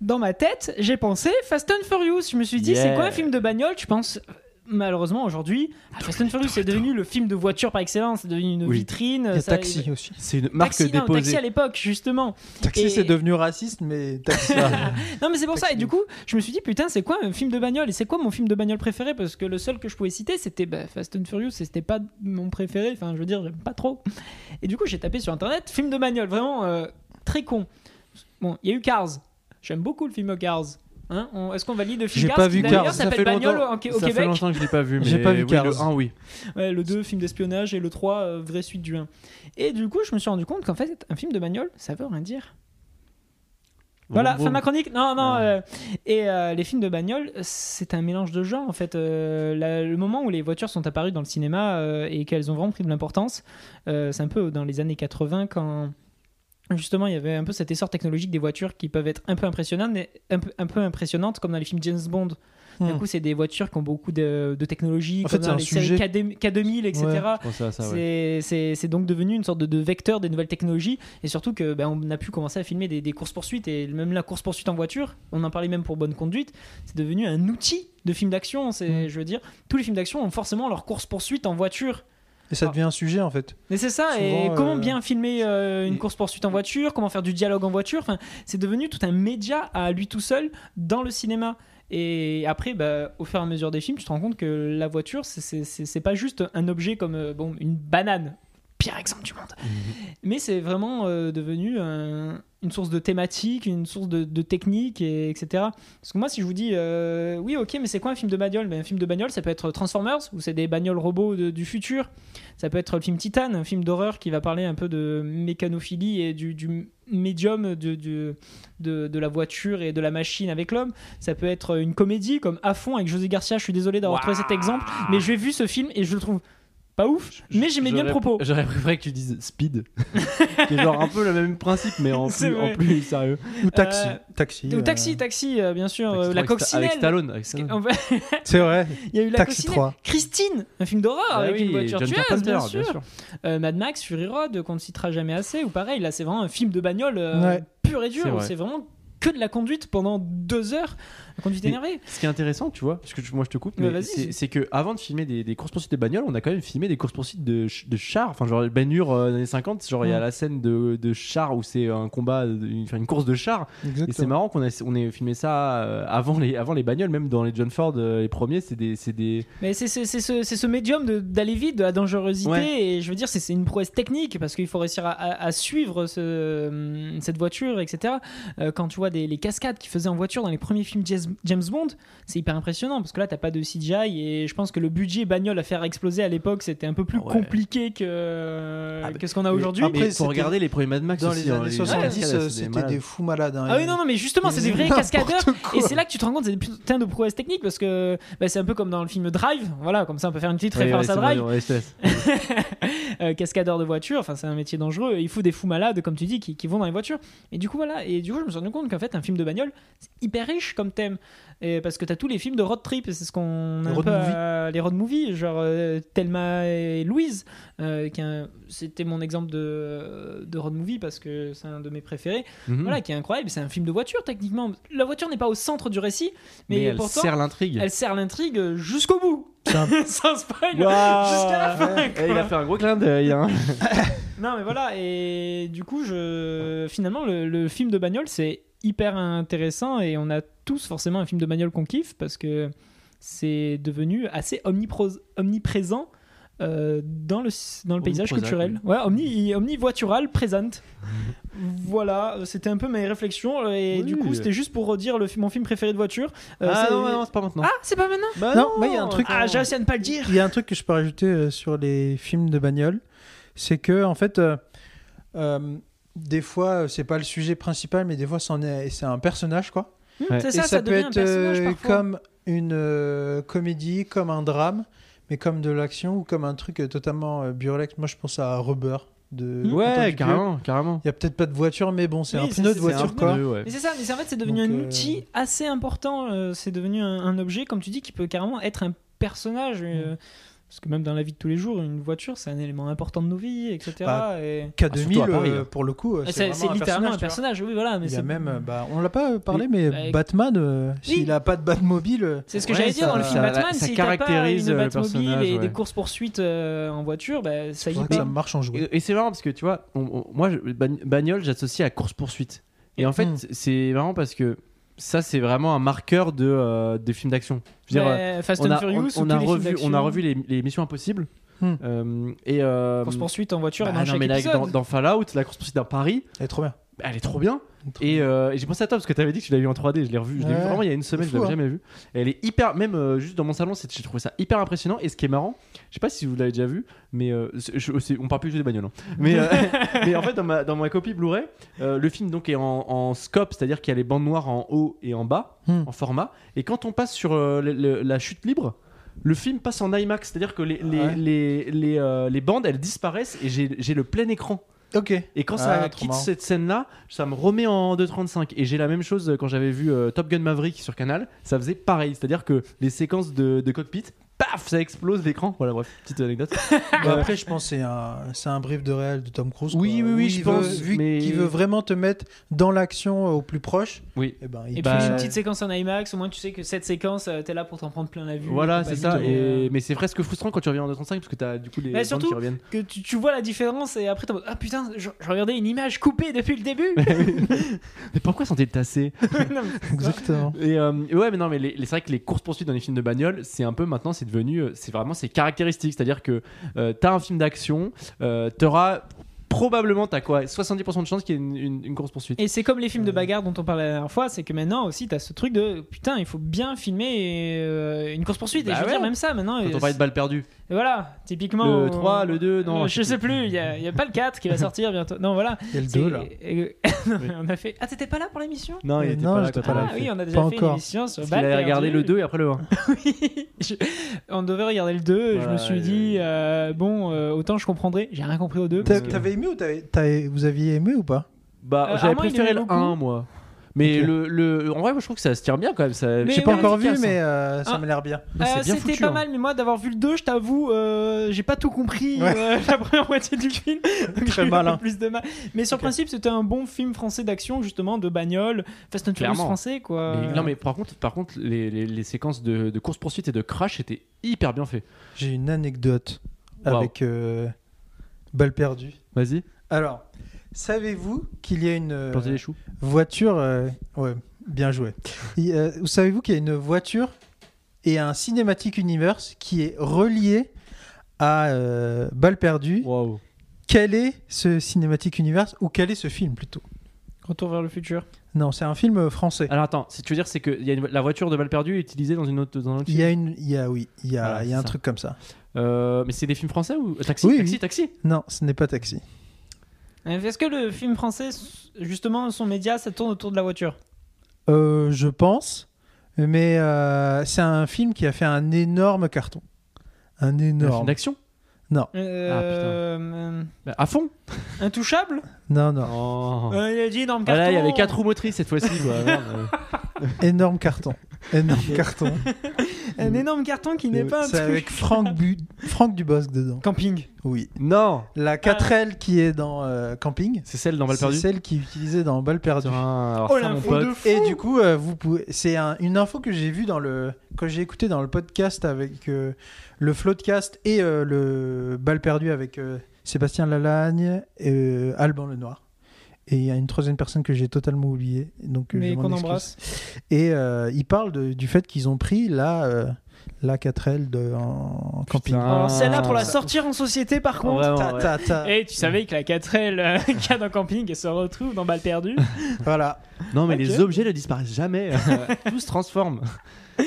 B: Dans ma tête, j'ai pensé Fast and Furious. Je me suis dit,
A: Yeah.
B: c'est quoi un film de bagnole Tu penses malheureusement aujourd'hui, ah, Fast and Furious c'est devenu le film de voiture par excellence, c'est devenu une
A: Oui.
B: vitrine.
C: Il y a
B: ça-
C: Taxi aussi.
A: C'est une marque
B: Taxi, non,
A: déposée.
B: taxi à l'époque justement.
C: Taxi,
B: Et-
C: c'est devenu raciste, mais Taxi.
B: Non mais c'est pour ça et
C: Taxi.
B: du coup je me suis dit putain c'est quoi un film de bagnole et c'est quoi mon film de bagnole préféré parce que le seul que je pouvais citer c'était bah, Fast and Furious et c'était pas mon préféré enfin je veux dire j'aime pas trop et du coup j'ai tapé sur internet film de bagnole vraiment euh, très con bon il y a eu Cars j'aime beaucoup le film Cars Hein, on- est-ce qu'on valide le film
C: J'ai
B: Cars
C: pas
B: qui
C: vu
B: d'ailleurs
C: Cars, ça
B: s'appelle
A: fait
B: Bagnole
A: longtemps-
B: en- au
A: ça fait
B: Québec
A: longtemps que je l'ai pas vu, mais
C: J'ai pas vu
A: oui, le
C: Cars.
A: 1, oui.
B: Ouais, le 2, film d'espionnage, et le 3, euh, vraie suite du 1. Et du coup, je me suis rendu compte qu'en fait, un film de bagnole, ça veut rien dire. Voilà,
A: Vroom,
B: fin de ma chronique. Non, non.
C: Ah.
A: Ouais.
B: euh, et euh, les films de bagnole, c'est un mélange de genres, en fait. Euh, la- le moment où les voitures sont apparues dans le cinéma euh, et qu'elles ont vraiment pris de l'importance, euh, c'est un peu dans les années 80 quand. Justement, il y avait un peu cet essor technologique des voitures qui peuvent être un peu impressionnantes, mais un peu, un peu impressionnantes, comme dans les films James Bond. Du
C: Hmm.
B: coup, c'est des voitures qui ont beaucoup de, de technologie,
C: En
B: comme
C: fait,
B: dans les
C: c'est un
B: séries K- K2000, etc.
C: Ouais.
A: Je pensais à ça, ouais.
B: C'est- C'est c'est donc devenu une sorte de, de vecteur des nouvelles technologies et surtout que ben, on a pu commencer à filmer des, des courses-poursuites et même la course-poursuite en voiture, on en parlait même pour Bonne Conduite, c'est devenu un outil de film d'action.
A: Mm.
B: C'est, Je veux dire, tous les films d'action ont forcément leur course-poursuite en voiture.
C: Et ça devient un sujet, en fait.
B: Mais c'est ça, et
C: Souvent,
B: comment
C: euh,
B: bien filmer euh, une
A: et-
B: course-poursuite en voiture, comment faire du dialogue en voiture, enfin, c'est devenu tout un média à lui tout seul dans le cinéma. Et après, bah, au fur et à mesure des films, tu te rends compte que la voiture, c'est- c'est c'est- c'est pas juste un objet comme euh, bon, une banane, pire exemple du monde.
A: Mhm.
B: Mais c'est vraiment euh, devenu un- une source de thématique, une source de, de technique, et, etc. Parce que moi, si je vous dis, euh, oui, ok, mais c'est quoi un film de bagnole Mais Un film de bagnole, ça peut être Transformers, où c'est des bagnoles robots de- du futur. Ça peut être le film Titan, un film d'horreur qui va parler un peu de mécanophilie et du, du médium de, de, de, de la voiture et de la machine avec l'homme. Ça peut être une comédie comme À fond avec José Garcia. Je suis désolé d'avoir trouvé cet exemple, mais j'ai vu ce film et je le trouve pas ouf, mais j'aimais bien le
A: J'aurais-
B: propos.
A: J'aurais préféré que tu dises Speed, qui est genre un peu le même principe, mais en
B: C'est
A: plus, en
B: vrai.
A: plus sérieux.
C: Ou Taxi.
B: Euh,
C: Taxi.
B: Ou
C: euh,
B: Taxi, Taxi, euh, bien sûr, euh,
A: Avec Sta-
B: la
A: Avec
B: coccinelle.
A: Stallone. Avec Stallone.
B: En fait,
C: C'est vrai.
B: Il y a eu la
C: Euh, Taxi
B: coccinelle.
C: 3.
B: Christine, un film d'horreur
A: Bah
B: avec
A: oui,
B: une voiture
A: John
B: tueuse,
A: Carpenter,
B: bien sûr. Euh, Mad Max, Fury Road, qu'on ne citera jamais assez. Ou pareil, là, c'est vraiment un film de bagnole euh,
C: Ouais.
B: pur et dur.
A: C'est
B: où
A: vrai.
B: C'est vraiment que de la conduite pendant deux heures, la conduite
A: Mais-
B: énervée.
A: Ce qui est intéressant, tu vois, parce que tu- moi je te coupe,
B: Bah
A: mais
B: vas-y.
A: c'est c'est que avant de filmer des, des courses poursuites de bagnoles, on a quand même filmé des courses poursuites de, ch- de chars. Enfin, genre Ben Hur euh, années 50, genre il y a
C: Mm.
A: la scène de, de chars où c'est un combat, de- une, enfin, une course de chars. Et c'est
C: Exactement.
A: marrant qu'on ait, on ait filmé ça euh, avant les, avant les bagnoles, même dans les John Ford, euh, les premiers, c'est des, c'est des.
B: Mais c'est c'est- c'est ce, c'est ce médium de- d'aller vite, de la dangerosité.
A: Ouais.
B: Et je veux dire, c'est c'est une prouesse technique parce qu'il faut réussir à, à- à suivre ce, hum, cette voiture, etc. Euh, quand tu vois des, les cascades qu'ils faisaient en voiture dans les premiers films Jas- James Bond, c'est hyper impressionnant parce que là, t'as pas de CGI. Et je pense que le budget bagnole à faire exploser à l'époque, c'était un peu plus
A: Ah Ouais.
B: compliqué que,
A: Ah bah,
B: que ce qu'on a
C: mais
B: aujourd'hui.
C: après,
A: mais faut
C: c'était-
A: regarder les premiers Mad Max
C: Dans
A: aussi,
C: les
A: hein,
C: années 70,
A: cascades,
C: euh,
A: c'est des
C: c'était
A: malades.
C: des fous malades. hein.
B: Ah oui, non, non, mais justement, c'est des vrais
C: N'importe
B: cascadeurs.
C: quoi.
B: Et c'est là que tu te rends compte, c'est des putains de prouesses techniques parce que bah, c'est un peu comme dans le film Drive. Voilà, comme ça, on peut faire une petite
A: Ouais,
B: référence
A: ouais,
B: à
A: c'est
B: Drive.
A: vrai, ouais, c'est-
B: Euh, cascadeur de voiture, enfin c'est un métier dangereux, il faut des fous malades comme tu dis qui, qui vont dans les voitures. Et du coup voilà, et du coup je me suis rendu compte qu'en fait un film de bagnole c'est hyper riche comme thème et parce que t'as tous les films de road trip, et c'est ce qu'on a
C: Les
B: un
C: road
B: peu à-
C: movies.
B: les road movies, genre euh, Thelma et Louise, euh, qui est un- c'était mon exemple de, de road movie parce que c'est un de mes préférés.
A: Mhm.
B: Voilà, qui est incroyable, c'est un film de voiture techniquement. La voiture n'est pas au centre du récit, mais,
A: elle
B: pourtant
A: sert l'intrigue.
B: elle sert l'intrigue jusqu'au bout,
C: C'est un-
B: sans spoil,
A: Waouh.
B: jusqu'à la fin.
A: Eh, il
B: quoi.
A: a fait un gros clin d'œil. hein.
B: Non, mais voilà, et du coup, je... finalement, le, le film de bagnole, c'est hyper intéressant et on a tous forcément un film de bagnole qu'on kiffe parce que c'est devenu assez omnipro- omniprésent. euh, dans le, dans le paysage
A: Omniprosaque,
B: culturel. Ouais, omni, omnivoitural, présente. voilà, euh, c'était un peu mes réflexions. euh, Et
A: Oui.
B: du coup, c'était juste pour redire le, fi- mon film préféré de voiture. Euh,
A: ah
B: c'est-
A: non, non, c'est pas maintenant.
B: Ah, c'est pas maintenant
A: Bah
C: Non, mais il y a un truc-
B: Ah, j'ai réussi à ne pas le dire.
C: Il y a un truc que je peux rajouter euh, sur les films de bagnole, c'est que en fait, euh, euh, des fois, euh, c'est pas le sujet principal, mais des fois, c'en est- c'est un personnage quoi.
B: Hmm,
A: Ouais.
B: C'est
C: Et
B: ça, ça,
C: peut
B: devient un
C: être
B: personnage
C: euh,
B: parfois.
C: comme une euh, comédie, comme un drame, mais comme de l'action ou comme un truc euh, totalement euh, burlesque. Moi, je pense à Rubber de. Quentin
A: Ouais,
C: Dupieux.
A: carrément, carrément.
C: Il y a peut-être pas de voiture, mais bon, c'est
B: Mmh. Oui,
C: un
B: c'est-
C: pneu de
B: c'est
C: voiture
B: un
C: quoi.
A: pneu, ouais.
B: Mais c'est ça, mais c'est- en fait, c'est devenu
C: Donc,
B: un
C: euh,
B: outil assez important. euh, c'est devenu un, un objet, comme tu dis, qui peut carrément être un personnage. euh, Parce que même dans la vie de tous les jours, une voiture, c'est un élément important de nos vies, etc.
C: Bah,
B: et...
A: surtout à
C: K2000,
A: Paris.
C: euh, pour le coup, euh,
B: Ah,
C: c'est
B: C'est c'est
C: vraiment
B: littéralement un
C: tu vois.
B: personnage, oui, voilà. Mais
C: Il y a
B: c'est-
C: même, euh, bah, on l'a pas euh, parlé, mais
B: Bah,
C: Batman, euh, s'il a pas de Batmobile, euh,
B: C'est ce que
A: Ouais,
B: j'allais dire
C: ça-
B: dans le film
A: ça-
B: Batman,
A: ça
B: s'il t'as pas
A: caractérise,
B: une
A: euh, le
B: Batmobile
A: personnage,
B: et
A: ouais.
B: des courses-poursuites euh, en voiture, bah, ça
C: c'est
B: y
C: pour ça
B: est
C: que ça
B: pas.
C: marche en jouet.
A: Et, et c'est marrant parce que tu vois, on- on- moi, je- bagn- bagnole, j'associe à course-poursuite. Et en fait,
C: Mm.
A: c'est marrant parce que ça, c'est vraiment un marqueur de, euh, des films d'action. Je veux dire, euh,
B: Bah, Fast
A: on
B: and
A: a,
B: Furious,
A: on-
B: ou
A: on a
B: tous les films
A: revu, on a
B: d'action,
A: revu les, les missions impossibles.
C: Mm.
A: Euh, et euh,
B: Course-poursuite en voiture,
A: bah
B: dans
A: non,
B: chaque
A: mais là,
B: épisode.
A: dans, dans Fallout, la course-poursuite dans Paris,
C: Elle est trop bien.
A: bah, elle est trop bien. Et, euh, et j'ai pensé à toi parce que tu avais dit que tu l'avais vu en 3D. Je l'ai revu, je l'ai vu
C: Ouais.
A: vraiment il y a une semaine,
C: C'est
A: je l'avais
C: fou, hein.
A: jamais vu. Et elle est hyper, même euh, juste dans mon salon, c'est- j'ai trouvé ça hyper impressionnant. Et ce qui est marrant, je sais pas si vous l'avez déjà vu, mais euh, c'est- je- c'est- on parle plus que des bagnoles. hein. Mais, euh, mais en fait, dans ma, dans ma copie Blu-ray, euh, le film donc est en, en scope, c'est-à-dire qu'il y a les bandes noires en haut et en bas,
C: Hmm.
A: en format. Et quand on passe sur euh, le- le- la chute libre. Le film passe en IMAX, c'est-à-dire que les, les,
C: Ouais.
A: les, les, euh, les bandes, elles disparaissent et j'ai j'ai le plein écran.
C: Ok.
A: Et quand
C: Ah,
A: ça
C: trop
A: quitte
C: marrant.
A: cette scène-là, ça me remet en 2.35. Et j'ai la même chose euh, quand j'avais vu euh, Top Gun Maverick sur Canal, ça faisait pareil. C'est-à-dire que les séquences de, de cockpit, paf, ça explose l'écran. Voilà, bref, petite anecdote.
C: Bah, après, je pense que c'est un, c'est un brief de réel de Tom Cruise.
A: Oui,
C: quoi,
A: oui, oui,
C: où
A: je
C: il veut-
A: pense,
C: Vu
A: mais-
C: qu'il veut vraiment te mettre dans l'action euh, au plus proche,
A: Oui.
C: eh ben, il
B: Et
C: fait
A: Bah,
B: puis
C: ça.
B: une petite séquence en IMAX, au moins tu sais que cette séquence, euh, t'es là pour t'en prendre plein la vue.
A: voilà,
B: et
A: c'est
B: compagnie.
A: ça. Et... Mais c'est presque frustrant quand tu reviens en 2.35 parce que t'as du coup les
C: Bah,
B: Mais
A: bandes
B: surtout-
A: qui reviennent.
B: Que tu, tu vois la différence et après t'es en mode, Ah putain, je, je regardais une image coupée depuis le début
A: Mais pourquoi sont-ils tassés
B: Non, mais c'est ça.
C: Exactement.
A: Et euh, ouais, mais non, mais les, les- c'est vrai que les courses poursuites dans les films de bagnole, c'est un peu maintenant, c'est devenu, euh, c'est vraiment, c'est caractéristique. C'est-à-dire que euh, t'as un film d'action, euh, t'auras probablement, t'as quoi, 70% de chance qu'il y ait une, une- une course poursuite.
B: Et c'est comme les films de bagarre dont on parlait la dernière fois, c'est que maintenant aussi t'as ce truc de putain, il faut bien filmer euh, une course-poursuite. et
A: Bah
B: je veux
A: ouais.
B: dire, même ça maintenant.
A: Quand
B: euh,
A: on parlait de balles perdues.
B: Et voilà, typiquement.
A: Le
B: on-
A: 3, le 2, non.
B: Euh, je sais plus, il n'y a, il y a pas le 4 qui va sortir bientôt. Non, voilà.
C: Il y a le
B: C'est-
C: 2 là.
B: et- non, mais on a fait. Ah, t'étais pas là pour l'émission
A: Non, il
C: Euh,
A: était
C: non,
A: pas là.
C: j'étais
A: quand
C: pas
A: on
C: là.
A: l'a
B: Ah
A: fait.
B: oui, bah, on a déjà
C: Pas
B: fait
C: encore.
B: une émission sur
A: Parce qu'il
B: Balle
A: avait regardé
B: perdue.
A: le 2 et après le 1.
B: Je- On devait regarder le 2, je
A: Voilà,
B: me suis
A: et-
B: dit, euh, bon, euh, autant je comprendrai, j'ai rien compris au 2.
C: T'a-
A: parce que-
C: T'avais aimé ou t'avais- t'avais- vous aviez aimé ou pas
A: Bah,
B: Euh,
A: j'avais
B: Armand, il
A: préféré
B: aimait
A: le
B: beaucoup.
A: 1, moi. Mais
C: Ok.
A: le, le- en vrai, moi, je trouve que ça se tire bien quand même. Ça...
B: Mais
A: je
C: J'ai
A: sais
C: pas
B: ouais,
C: encore vu,
B: efficace,
C: mais euh, ça
B: Ah.
C: m'a l'air bien.
A: mais c'est
B: Euh,
A: bien
B: C'était
A: foutu,
B: pas
A: hein.
B: mal, mais moi d'avoir vu le 2, je t'avoue, euh, j'ai pas tout compris
C: Ouais.
B: euh, la première moitié du film. Donc, j'ai eu un peu
C: malin.
B: Plus de mal. Mais sur le
C: Ok.
B: principe, c'était un bon film français d'action, justement, de bagnole, Fast and Furious
A: Clairement.
B: français, quoi.
A: Mais- non mais par contre, par contre les, les- les séquences de, de course poursuite et de crash étaient hyper bien faites.
C: J'ai une anecdote
A: Wow.
C: avec euh, Balle perdue.
A: Vas-y,
C: Alors, savez-vous qu'il y a une euh,
A: planter les choux.
C: voiture. euh, ouais, bien joué. Il, euh, vous savez-vous qu'il y a une voiture et un cinématique universe qui est relié à euh, Balle perdue
A: Waouh.
C: Quel est ce cinématique universe ou quel est ce film plutôt
B: Retour vers le futur.
C: Non, c'est un film euh, français.
A: Alors attends, si tu veux dire c'est que il y a une- la voiture de Valperdu est utilisée dans une autre dans un autre
C: Il
A: film.
C: y a une, il y a oui, il y a,
A: Voilà,
C: il y a un
A: c'est ça.
C: truc comme ça.
A: Euh, mais c'est des films français ou taxi
C: Oui,
A: taxi
C: oui.
A: taxi.
C: Non, ce n'est pas Taxi.
B: Euh, Est-ce que le film français, justement, son média, ça tourne autour de la voiture
C: Euh, je pense, mais euh, c'est un film qui a fait un énorme carton, un
A: Un film
C: énorme.
A: d'action.
B: euh,
A: Bah, à fond.
B: euh, Intouchable
C: Non, non,
A: Oh.
B: Euh, Il a dit énorme
A: Ah
B: carton.
A: là, il y avait quatre roues motrices cette fois-ci. quoi. Merde.
C: énorme carton, énorme carton.
B: Un énorme carton qui n'est pas un
C: C'est
B: truc.
C: avec Franck, Bu... Franck Dubosc dedans.
B: Camping.
C: Oui.
A: non,
B: Ah.
C: La 4L qui est dans euh, Camping,
A: c'est celle dans
C: c'est
A: Valperdu.
C: celle qui est utilisée dans Balle perdue.
A: Putain, alors
B: Oh,
A: ça, mon
B: l'info
A: pote.
B: de
C: Et du coup, euh, vous pouvez... c'est un- une info que j'ai vue dans le que j'ai écouté dans le podcast avec euh, le Floatcast et euh, le Balle perdu avec euh, Sébastien Lalagne et euh, Alban Lenoir. Et il y a une troisième personne que j'ai totalement oubliée, donc euh,
B: Mais
C: je m'en
B: qu'on
C: excuse.
B: embrasse.
C: Et euh, ils parlent de- du fait qu'ils ont pris la euh, la 4L de, en camping.
A: Putain.
B: Alors, Celle-là, pour la
A: Ah.
B: sortir en société, par contre.
A: Vraiment,
C: Ta-
A: ouais.
C: ta- ta-
B: Et tu savais que la 4L euh, qu'il y a dans Camping elle se retrouve dans Balle Perdue.
C: Voilà.
A: Non, mais
B: Ok.
A: les objets ne disparaissent jamais. Tout se transforme.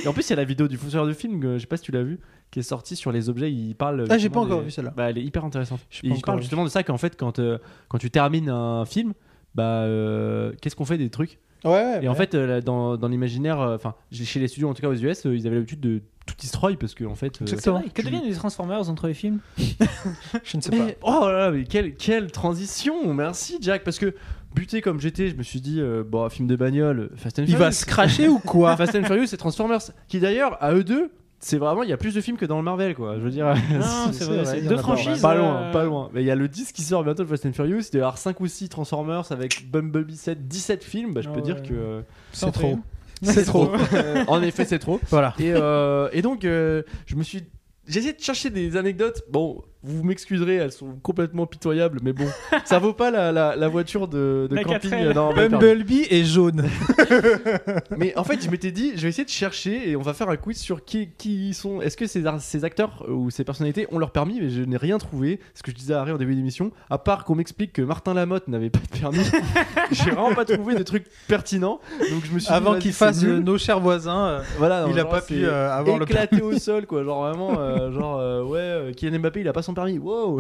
A: Et en plus, il y a la vidéo du fausseur de film, que je sais pas si tu l'as vu, qui est sortie sur les objets. Il parle.
C: Ah, j'ai
A: justement
C: pas encore
A: des-
C: vu celle-là.
A: Bah, elle est hyper intéressante.
C: J'ai pas
A: Il
C: encore
A: parle
C: vu.
A: justement de ça qu'en fait, quand, euh, quand tu termines un film, bah, euh, qu'est-ce qu'on fait des trucs
C: Ouais. ouais,
A: Et en
C: Ah ouais.
A: fait, euh, là, dans, dans l'imaginaire, euh, enfin, j'ai- chez les studios, en tout cas aux US, euh, ils avaient l'habitude de tout destroy parce que en fait. euh,
C: Exactement.
B: Que deviennent les Transformers entre les films
C: Je ne sais pas.
A: Mais- oh là là, mais quelle, quelle transition Merci Jack, parce que buté comme j'étais, je me suis dit, euh, bon, film de bagnole, Fast and
C: Il
A: Furious.
C: va se cracher ou quoi
A: Fast and Furious et Transformers, qui d'ailleurs, à eux deux, c'est vraiment il y a plus de films que dans le Marvel quoi je veux dire
B: Non, c'est vrai, c'est
C: il y en
B: deux
C: a pas,
B: franchises.
A: pas
B: euh,
A: loin pas loin mais il y a le 10 qui sort bientôt de Fast and Furious il y aura 5 ou 6 Transformers avec Bumblebee 7 17 films bah, je
B: Ah
A: peux dire
B: ouais.
A: que euh,
C: C'est trop.
A: c'est trop Euh, en effet c'est trop
C: Voilà.
A: et, euh, et donc euh, je me suis j'ai essayé de chercher des anecdotes bon vous m'excuserez elles sont complètement pitoyables mais bon ça vaut pas la, la, la voiture de, de
B: La
A: camping
B: 4L.
A: euh, dans Bumblebee.
C: Bumblebee est jaune.
A: Mais en fait, je m'étais dit, je vais essayer de chercher et on va faire un quiz sur qui, qui ils sont. Est-ce que ces, ar- ces acteurs euh, ou ces personnalités ont leur permis Mais je n'ai rien trouvé. Ce que je disais à Harry en début d'émission, à part qu'on m'explique que Martin Lamotte n'avait pas de permis, j'ai vraiment pas trouvé de truc pertinent. Donc je me suis dit,
C: Avant
A: vas-y,
C: qu'il
A: c'est
C: fasse
A: nul.
C: euh, nos chers voisins, euh,
A: Voilà,
C: il a
A: genre,
C: pas
A: c'est
C: pu euh, avoir le.
A: éclaté au sol quoi genre vraiment euh, genre euh, ouais euh, Kylian Mbappé il a pas son permis wow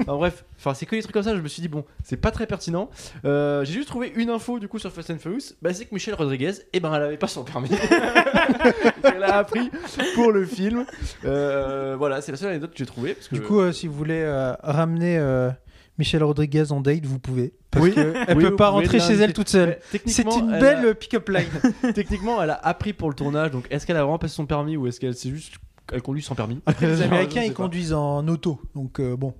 A: Enfin, bref enfin c'est que des trucs comme ça je me suis dit bon c'est pas très pertinent Euh, j'ai juste trouvé une info du coup sur Fast and Furious bah c'est que Michelle Rodriguez eh ben elle avait pas son permis elle a appris pour le film Euh, voilà c'est la seule anecdote que j'ai trouvée parce que
C: Du coup, euh, si vous voulez euh, ramener euh, Michelle Rodriguez en date, vous pouvez. Parce
A: Oui.
C: que elle
A: Oui,
C: peut
A: vous
C: pas
A: pouvez
C: rentrer chez
A: l'inviter.
C: elle toute seule.
A: mais
C: C'est
A: techniquement,
C: une
A: elle
C: belle
A: a-
C: euh, pick-up line.
A: techniquement elle a appris pour le tournage donc est-ce qu'elle a vraiment passé son permis ou est-ce qu'elle c'est juste elle conduit sans permis
C: Les
A: Genre,
C: Américains,
A: je sais
C: ils
A: pas.
C: conduisent en auto. Donc, euh, bon.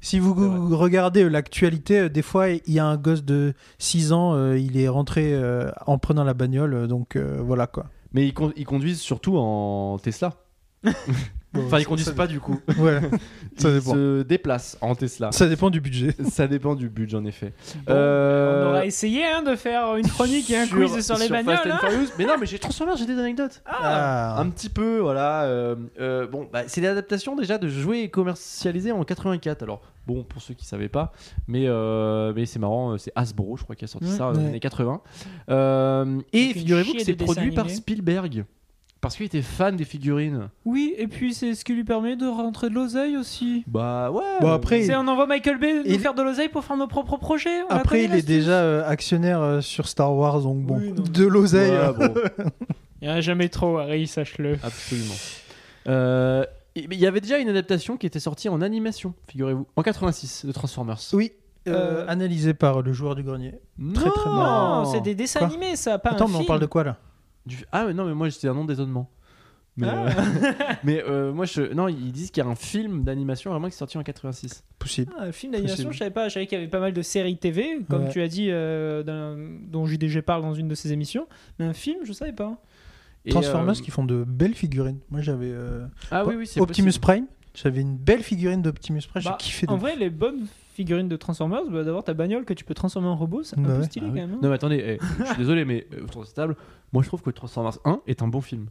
C: Si vous
A: C'est vrai.
C: regardez euh, l'actualité, euh, des fois, il y a un gosse de 6 ans, euh, il est rentré euh, en prenant la bagnole. euh, Donc, euh, voilà quoi.
A: mais ils, con- ils conduisent surtout en Tesla enfin ils conduisent pas du coup
C: Ouais, ça
A: il
C: dépend.
A: se déplace en Tesla.
C: Ça dépend du budget.
A: Ça dépend du budget en effet.
B: Bon,
A: Euh,
B: On aura essayé hein, de faire une chronique et un quiz sur les
A: Fast
B: bagnoles.
A: and
B: hein.
A: Furious. Mais non, mais j'ai Transformers, j'ai des anecdotes.
C: Ah.
A: Un petit peu, voilà. euh, euh, bon, bah, c'est l'adaptation déjà de jouets commercialisés en 84. Alors, bon, pour ceux qui savaient pas, mais, euh, mais c'est marrant, euh, c'est Hasbro, je crois, qui a sorti
B: Mm,
A: ça dans les
C: ouais.
A: années 80. Euh, et
B: Avec une
A: figurez-vous que
B: chier
A: c'est
B: de dessins
A: produit par
B: animés.
A: Spielberg. Parce qu'il était fan des figurines.
B: Oui, et puis c'est ce qui lui permet de rentrer de l'oseille aussi.
A: Bah ouais.
C: Bon, après,
B: C'est on envoie Michael Bay nous
C: il-
B: faire de l'oseille pour faire nos propres projets. on la
C: Après,
B: connaît,
C: il
B: la
C: est déjà euh, actionnaire euh, sur Star Wars, donc bon,
B: Oui, non, mais-
C: de l'oseille. euh,
A: Ouais, bon.
B: Il n'y en a jamais trop, Harry, sache-le.
A: Absolument. Euh, et- mais il y avait déjà une adaptation qui était sortie en animation, figurez-vous, en 86 de Transformers.
C: Oui, euh,
B: Euh,
C: analysé par le joueur du grenier. très, très
A: Non
B: Non,
C: marrant.
B: Oh, c'est des dessins
C: Quoi
B: animés, ça, pas
C: Attends,
B: un
C: mais on
B: film.
C: parle de quoi là
A: Du- Ah mais non, mais moi c'était un nom d'étonnement. Mais,
B: Ah.
A: euh, mais, euh, moi je non, ils disent qu'il y a un film d'animation vraiment qui est sorti en 86.
C: Possible.
B: Ah, un film d'animation,
A: Possible.
B: je savais pas. Je savais qu'il y avait pas mal de séries TV, comme
C: Ouais.
B: tu as dit, euh, d'un- dont JDG parle dans une de ses émissions. Mais un film, je savais pas.
A: Et,
C: Transformers
A: euh,
C: qui font de belles figurines. Moi, j'avais euh,
A: Ah oui oui, c'est
C: Optimus
A: possible.
C: Prime. J'avais une belle figurine d'Optimus Prime.
B: Bah,
C: J'ai kiffé. De...
B: En vrai, les bonnes figurines de Transformers, bah, d'avoir ta bagnole que tu peux transformer en robot, c'est un
C: Bah
B: peu
C: ouais.
B: stylé
A: Ah oui.
B: quand même. hein.
A: Non mais attendez, eh, je suis désolé mais euh, autour de cette table, moi je trouve que Transformers 1 est un bon film.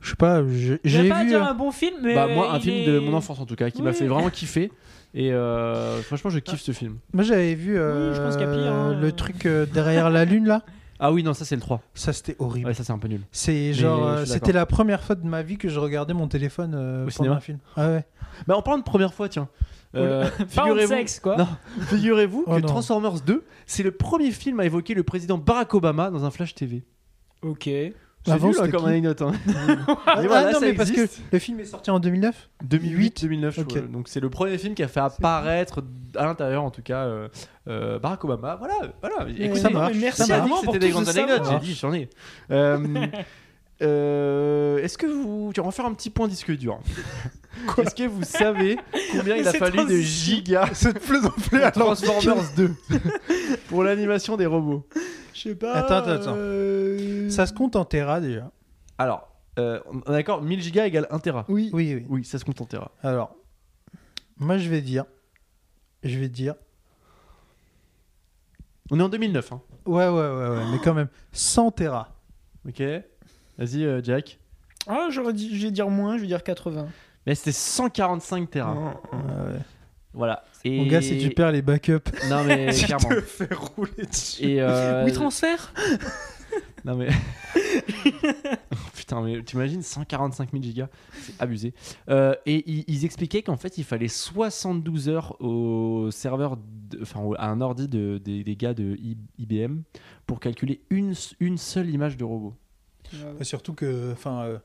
C: Je sais pas. je-
B: Je vais
C: J'ai
B: pas
C: vu.
B: dire
C: euh,
B: un bon film, mais.
A: bah moi un
B: il
A: film
B: est-
A: de mon enfance en tout cas qui m'a
B: Oui.
A: fait vraiment kiffer et euh, franchement je kiffe ce film.
C: Moi, j'avais vu euh,
B: Oui, je pense qu'il y a pire, hein.
C: le truc euh, derrière la lune là.
A: Ah oui non, ça c'est le 3.
C: Ça, c'était horrible.
A: Ouais, ça c'est un peu nul.
C: C'est genre,
A: je
C: euh,
A: suis
C: c'était
A: d'accord.
C: la première fois de ma vie que je regardais mon téléphone euh, pendant
A: cinéma
C: un film. Ah ouais.
A: Bah en parlant de première fois, tiens. Euh,
B: Pas en
A: figurez-vous-
B: sexe, quoi.
A: Non, Figurez-vous
C: Oh
A: que
C: non.
A: Transformers 2, c'est le premier film à évoquer le président Barack Obama dans un flash TV.
B: Ok.
A: C'est
C: Avant,
A: nul, hein,
C: Ah c'était
A: comme
C: qui
A: anecdote. hein.
C: Ah,
A: Mais voilà,
C: non,
A: ça
C: mais parce que
A: existe.
C: le film est sorti en 2009.
A: 2008, 2009, je
C: Ok.
A: crois. donc c'est le premier film qui a fait apparaître à l'intérieur, en tout cas, euh, euh, Barack Obama. Voilà, voilà. Écoutez,
C: ça marche.
B: mais merci
C: Ça
A: j'ai
C: marche.
A: dit
B: vraiment
A: que
B: pour
A: C'était des
B: tous
A: grandes
B: de
A: anecdotes. J'ai
B: savoir.
A: dit, j'en ai. Euh, euh, Est-ce que vous. Tiens, on va faire un petit point disque dur. Est-ce que vous savez combien il a
B: Cette
A: fallu de
B: transition.
A: gigas
C: C'est de plus en plus
A: pour Transformers 2 pour l'animation des robots
B: Je sais
A: Bah,
B: pas.
C: Attends, attends, attends.
A: euh,
C: Ça se compte en Terra déjà.
A: Alors, euh, on est d'accord, 1000 gigas égale 1 Tera.
C: Oui. Oui, oui.
A: Oui, ça se compte en Tera.
C: Alors, moi je vais dire. Je vais dire.
A: On est en 2009, hein.
C: Ouais, ouais, ouais, ouais, mais quand même. 100 Terra.
A: Ok Vas-y, euh, Jack.
B: Ah, j'aurais dit, je vais dire moins, je vais dire 80.
A: Mais c'était 145 Tera. Voilà. Et...
C: Mon gars, si tu perds les backups,
A: Non, mais
C: tu
A: clairement.
C: te fais rouler dessus.
A: Et euh,
B: Oui, transfert
A: Non, mais. Oh, Putain, mais t'imagines 145 000 gigas C'est abusé. Euh, et ils, ils expliquaient qu'en fait, il fallait 72 heures au serveur, de- enfin au- à un ordi de- des, des gars de I- IBM pour calculer une, s- une seule image de robot.
C: Surtout que, enfin, euh,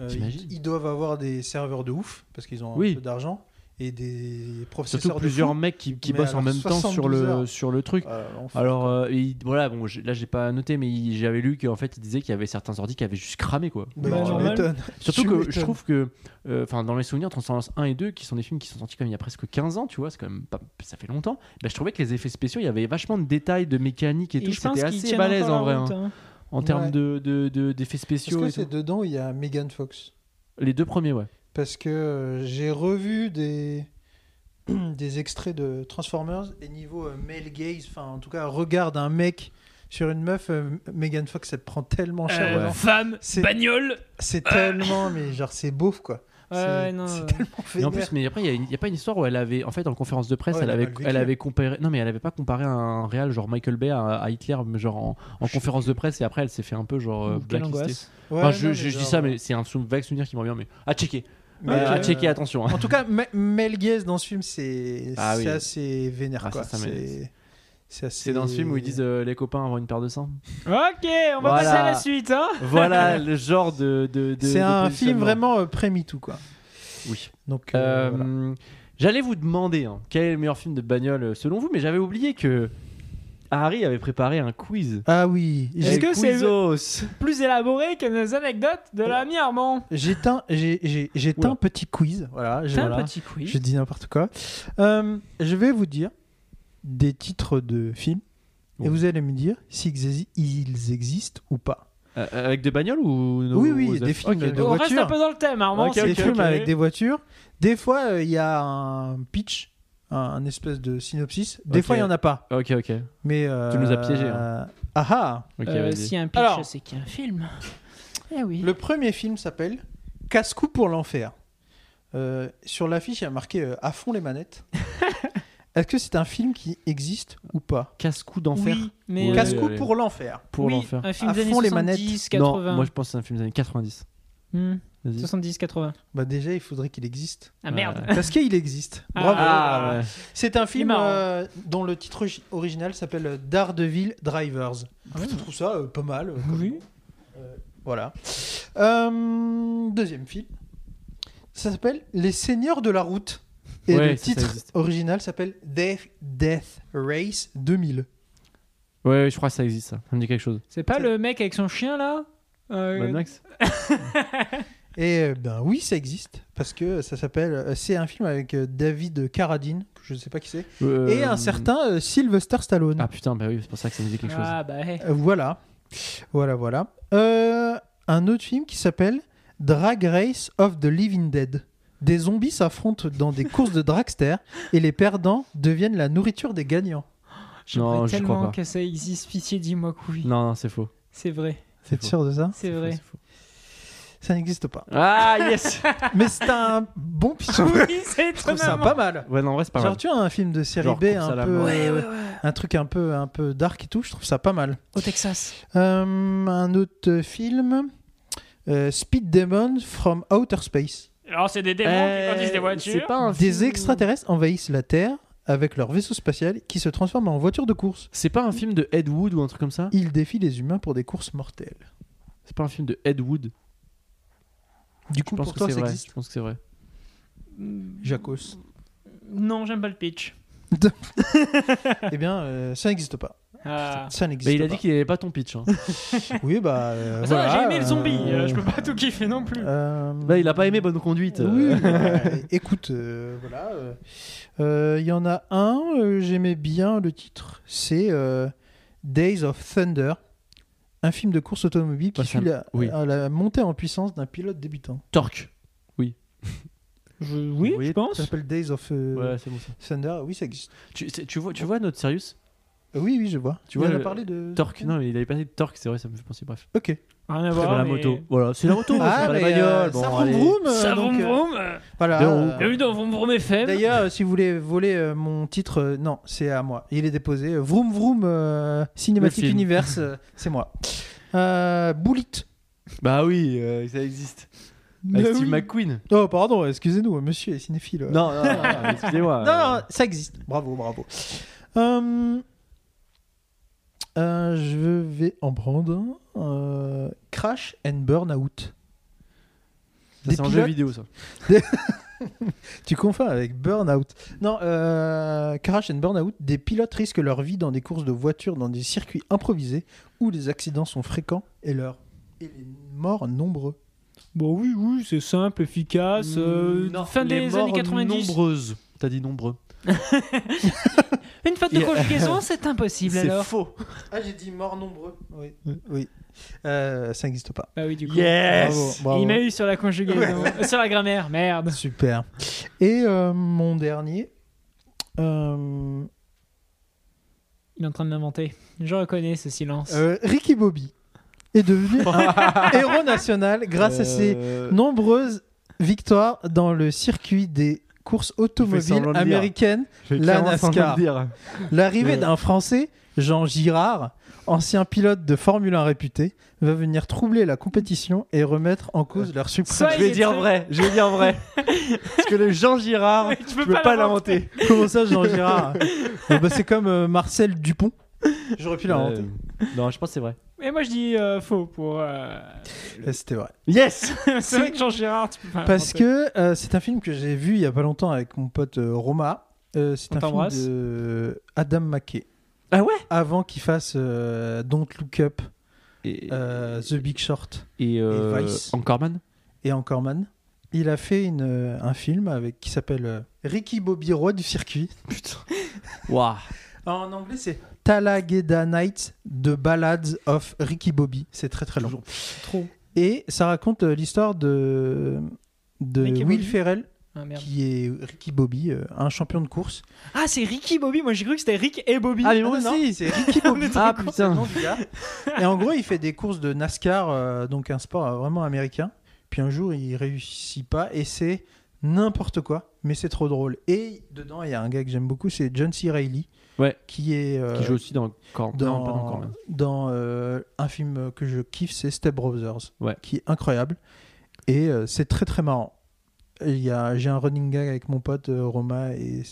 C: euh,
A: T'imagines
C: ils, ils doivent avoir des serveurs de ouf parce qu'ils ont un
A: Oui.
C: peu d'argent. et des professeurs.
A: Surtout
C: de
A: plusieurs
C: foot.
A: mecs qui, qui
C: Mais
A: bossent en
C: alors,
A: même temps sur
C: 72
A: le,
C: heures.
A: sur le truc.
C: Euh, on fait-
A: Alors euh, il- voilà, bon, j'ai- là j'ai pas noté, mais il- j'avais lu qu'en fait il disait qu'il y avait certains ordi qui avaient juste cramé quoi.
C: Bah,
B: Bah,
C: tu
B: normal.
C: m'étonnes.
A: Surtout
C: Tu
A: que je
C: m'étonnes.
A: trouve que, euh, enfin, dans mes souvenirs, Transcendance 1 et 2, qui sont des films qui sont sortis comme il y a presque 15 ans, tu vois, c'est quand même pas, ça fait longtemps. Bah, je trouvais que les effets spéciaux, il y avait vachement de détails, de mécanique et, tout.
B: je pense
A: C'était
B: qu'ils
A: assez
B: tiennent
A: balèze
B: encore
A: en
B: la
A: vrai, hein,
B: route, hein.
A: en termes
C: Ouais.
A: de de- de- d'effets
C: Est-ce
A: spéciaux.
C: que
A: et
C: c'est
A: tout.
C: dedans où il y a Megan Fox
A: Les deux premiers, ouais.
C: Parce que euh, j'ai revu des des extraits de Transformers et niveau euh, male gaze, enfin en tout cas regarde un mec sur une meuf, euh, Megan Fox elle prend tellement cher.
B: Euh,
C: vraiment.
B: Femme,
C: C'est-
B: bagnole.
C: C'est tellement mais genre c'est beauf quoi.
B: Ouais,
C: C'est-
B: ouais, non,
C: c'est
B: euh.
C: tellement
A: Et en
C: vénère.
A: plus, mais après, il y a une- il n'y a, pas une histoire où elle avait, en fait, en conférence de presse,
C: Ouais,
A: elle,
C: elle a
A: avait,
C: mal vécu.
A: elle avait comparé, non, mais elle avait pas comparé un réal genre Michael Bay à, à Hitler, mais genre en, en
C: Je sais
A: conférence de presse, et après, elle s'est fait un peu genre euh,
B: Quelle
A: blacklistée.
B: angoisse.
C: Ouais,
A: Enfin, je,
C: non,
A: je- je dis
C: genre, euh,
A: ça, mais c'est un sou- vague souvenir qui me revient, mais à checker,
C: mais,
A: Euh, à
C: euh,
A: checker, attention. hein.
C: En tout cas, ma- male gaze dans ce film c'est
A: Ah
C: c'est
A: oui.
C: assez vénère
A: Ah,
C: quoi.
A: ça, ça m'énerve.
C: C'est c'est assez.
A: C'est dans ce film où ils disent euh, les copains avoir une paire de seins.
B: Ok, on va
A: Voilà.
B: passer à la suite. Hein
A: voilà le genre de. de, de-
C: C'est
A: de
C: un
A: positionnement.
C: film vraiment euh, pré-MeToo quoi.
A: Oui.
C: Donc
A: Euh,
C: euh, voilà.
A: J'allais vous demander hein, quel est le meilleur film de bagnole euh, selon vous, mais j'avais oublié que Harry avait préparé un quiz.
C: Ah oui,
B: Est-ce
A: Et
C: j'ai-
B: que c'est-
A: Quizos.
B: Plus élaboré que nos anecdotes de l'ami Armand.
C: j'ai teint- j'ai- j'ai- j'ai teint un petit quiz. Voilà, je,
B: T'as
C: voilà.
B: un petit quiz.
C: je dis n'importe quoi. Euh, je vais vous dire des titres de films
A: Ouais.
C: et vous allez me dire s'ils exi- ils existent ou pas.
A: Euh, avec des bagnoles ou nos-
C: Oui, oui,
A: aux-
C: des films
A: Ok.
C: de- de-
B: On reste
C: voiture.
B: un peu dans le thème, Armand.
A: Ok,
C: C'est
B: c'est-
C: des
A: ok,
C: films
A: ok.
C: avec des voitures. Des fois, euh, il y a un pitch, un, un espèce de synopsis. Des
A: Ok.
C: fois, il n'y en a pas.
A: Ok, ok.
C: Mais euh,
A: Tu nous as hein. piégés,
C: Ah ah
A: Ok,
B: Euh,
A: vas-y.
B: S'il y a un pitch,
C: Alors.
B: c'est qu'il y a un film. Eh oui.
C: Le premier film s'appelle Casse-cou pour l'enfer. Euh, sur l'affiche, il y a marqué euh, à fond les manettes. Est-ce que c'est un film qui existe ou pas
A: Casse-cou d'enfer.
B: Oui, mais euh,
A: Ouais.
C: Casse-cou
A: allez.
C: pour l'enfer.
A: Pour
B: oui, euh,
A: l'enfer.
B: Un film
C: À
B: des années
C: fond, les
B: 70, 80.
A: Non, moi je pense que c'est un film des années 90.
B: Hmm,
A: Vas-y.
B: 70, 80.
C: Bah déjà, il faudrait qu'il existe.
B: Ah merde.
A: Ouais.
C: Parce qu'il existe.
B: Ah.
C: Bravo.
A: Ah, ouais.
C: C'est un film
B: marrant.
C: euh, dont le titre ogi- original s'appelle euh, Daredevil Drivers. Je trouve ça euh, pas mal. euh, comme-
B: Ah Oui.
C: euh, voilà. Euh, deuxième film. Ça s'appelle Les Seigneurs de la route. Et
A: Ouais,
C: le
A: ça, ça
C: titre
A: existe.
C: original s'appelle Death, Death Race 2000.
A: Ouais, je crois que ça existe ça. Ça me dit quelque chose.
B: C'est pas
C: C'est-
B: le mec avec son chien là Euh,
A: Mad Max
C: Et euh, ben oui, ça existe. Parce que ça s'appelle. euh, C'est un film avec euh, David Carradine, que je ne sais pas qui c'est. Et
A: Euh,
C: un certain euh, Sylvester Stallone.
A: Ah putain, bah oui, c'est pour ça que ça me dit quelque chose.
B: Ah bah hey.
C: Euh, Voilà. Voilà, voilà. Euh, un autre film qui s'appelle Drag Race of the Living Dead. Des zombies s'affrontent dans des courses de dragster et les perdants deviennent la nourriture des gagnants.
B: J'aimerais
A: Non, je
B: tellement
A: crois pas.
B: que ça existe. Pitié, dis-moi que oui.
A: Non, non, c'est faux.
B: C'est vrai.
C: C'est
A: faux.
C: sûr de ça
B: C'est
A: faux,
B: vrai.
A: faux.
C: Ça n'existe pas.
A: Ah yes
C: Mais c'est un bon pitch. Je
B: Oui, c'est
C: trouve ça
B: étonnamment.
C: pas mal.
A: Ouais, non, en vrai, c'est pas
C: Genre
A: mal.
C: tu as un film de série
A: Genre
C: B
A: course à la
C: un peu euh,
A: mort.
B: Ouais, ouais, ouais.
C: un truc un peu un peu dark et tout, je trouve ça pas mal.
B: Au Texas.
C: Euh, un autre film euh, Speed Demon from Outer Space.
B: Alors c'est des démons
A: Euh,
B: qui conduisent des
A: C'est
B: voitures.
A: pas un film-
C: Des extraterrestres envahissent la Terre avec leur vaisseau spatial qui se transforme en voiture de course.
A: C'est pas un film de Ed Wood ou un truc comme ça
C: Ils défient les humains pour des courses mortelles.
A: C'est pas un film de Ed Wood.
C: Du
A: Je
C: coup,
A: pense
C: pour
A: que
C: toi,
A: c'est
C: ça
A: vrai.
C: existe
A: Je pense que c'est vrai.
C: Jacos.
B: Non, j'aime pas le pitch.
C: eh bien, euh, ça n'existe pas.
B: Ah.
C: Ça n'existe
A: Mais Bah, il a
C: pas.
A: dit Ah, qu'il avait pas ton pitch. Hein.
C: Oui, bah. euh,
B: Attends,
C: voilà,
B: j'ai aimé le zombie,
C: euh,
B: euh, je peux pas tout kiffer non plus.
C: euh,
A: Là, Bah, il a pas aimé Bonne Conduite.
C: Oui,
A: euh.
C: euh, écoute, euh, voilà. euh, euh, Il y en a un, euh, j'aimais bien le titre. C'est euh, Days of Thunder, un film de course automobile qui
A: Bah, ça
C: suit
A: me-
C: la-
A: oui.
C: à la montée en puissance d'un pilote débutant.
A: Torque.
B: Je- oui,
A: Oui,
B: je pense.
C: Ça s'appelle Days of euh,
A: Ouais, c'est bon ça.
C: Thunder. Ah Oui, ça existe.
A: Tu, c'est- tu vois, tu vois notre Sirius
C: Euh, Oui, oui, je vois.
A: Tu
C: Il
A: vois
C: en a
A: le-
C: parlé de.
A: euh, Torque. Non, mais il avait pas dit de Torque, c'est vrai, ça me fait penser. Bref.
C: Ok.
B: Rien à
A: C'est
B: voir.
A: la
B: Ah bah, mais-
A: moto. Voilà, c'est la moto, c'est pas la
C: mais,
A: bagnole.
C: euh,
A: Bon,
C: ça vroom
A: allez.
C: vroom, euh,
B: Ça
C: donc,
B: vroom
C: euh,
B: vroom. euh,
C: Voilà.
A: De roue.
B: Bienvenue dans Vroom Vroom FM.
C: D'ailleurs, euh, si vous voulez voler euh, mon titre, euh, non, c'est à moi. Il est déposé. Euh, Vroom Vroom euh, Cinematic
A: Le film.
C: Universe, euh, c'est moi. Euh, Bullet. Ah
A: Bah oui, euh, ça existe. Avec Steve McQueen.
C: Oh, pardon, excusez-nous, monsieur est cinéphile.
A: Non, non, non, excusez-moi.
C: Non, non, ça existe. Bravo, bravo. Euh, euh, je vais en prendre un. Euh, Crash and Burnout.
A: Ça, C'est un jeu
C: pilotes-
A: vidéo ça.
C: tu confonds avec Burnout. Non, euh, Crash and Burnout, des pilotes risquent leur vie dans des courses de voitures dans des circuits improvisés où les accidents sont fréquents et, leurs et les morts nombreux.
B: Bon, Bah oui, oui, c'est simple, efficace. euh,
A: Mm, Non,
B: fin
A: les
B: des
A: morts
B: années 90.
A: Nombreuses. T'as dit nombreux.
B: Une faute de
C: Yeah.
B: conjugaison, c'est impossible
A: C'est
B: alors.
A: faux.
C: Ah, j'ai dit morts nombreux. Oui. Oui. Euh, ça n'existe pas.
B: Bah oui, du coup.
A: Yes.
C: Bravo, bravo.
B: Il m'a eu sur la conjugaison, Euh, sur la grammaire, merde.
C: Super. Et euh, mon dernier. euh,
B: Il est en train de m'inventer. Je reconnais ce silence.
C: euh, Ricky Bobby est devenu un héros national grâce à ses
A: Euh,
C: nombreuses victoires dans le circuit des courses automobiles
A: semblant de lire.
C: américaines.
A: j'ai
C: la
A: clairement senti
C: NASCAR.
A: le dire.
C: L'arrivée
A: Euh.
C: d'un Français, Jean Girard, ancien pilote de Formule 1 réputé, va venir troubler la compétition et remettre en cause leur suprême.
B: Soit
A: Je
B: il
A: vais
B: est
A: dire
B: très-
A: vrai. Je vais dire vrai. Parce que le Jean Girard,
B: Oui, tu peux
A: je peux
B: pas
A: pas
B: l'inventer.
A: l'inventer.
C: Comment ça, Jean Girard Bon, bah, C'est comme euh, Marcel Dupont. J'aurais pu l'inventer.
A: Euh, Non, je pense que c'est vrai.
B: Mais moi je dis euh, faux pour. euh,
C: Et C'était vrai.
A: Yes.
B: c'est vrai que Jean Gérard, tu peux pas
C: Parce
B: l'inventer.
C: que euh, c'est un film que j'ai vu il y a pas longtemps avec mon pote euh, Roma. Euh, c'est
B: On
C: un film
B: t'embrasse.
C: de euh, Adam McKay.
A: Ah ouais
C: Avant qu'il fasse euh, Don't Look Up,
A: Et,
C: euh, The Big Short
A: et, euh,
C: et Vice.
A: Anchorman.
C: et encore Man, il a fait une, euh, un film avec, qui s'appelle euh, Ricky Bobby Road Circuit.
A: Putain. Waouh.
C: En anglais, c'est Talageda Nights, The Ballads of Ricky Bobby. C'est très très long.
B: Trop.
C: Et ça raconte euh, l'histoire de, de
B: Ricky
C: Will
B: Bobby.
C: Ferrell,
B: Ah, merde.
C: qui est Ricky Bobby, euh, un champion de course.
B: Ah, c'est Ricky Bobby. Moi j'ai cru que c'était Rick et Bobby.
A: Ah, mais
C: Ah
A: moi
C: non,
A: aussi, c'est Ricky
B: On est trop
A: Ah
B: con.
C: C'est le
A: putain.
C: nom du gars. Et en gros, il fait des courses de NASCAR, euh, donc un sport euh, vraiment américain. Puis un jour, il réussit pas et c'est n'importe quoi, mais c'est trop drôle. Et dedans, il y a un gars que j'aime beaucoup, c'est John C. Reilly,
A: Ouais.
C: qui est euh,
A: Qui joue aussi dans Anchorman.
C: dans,
A: Non, pas dans Anchorman.
C: dans, euh, un film que je kiffe, c'est Step Brothers,
A: Ouais.
C: qui est incroyable et euh, c'est très très marrant. Il y a, j'ai un running gag avec mon pote euh, Roma et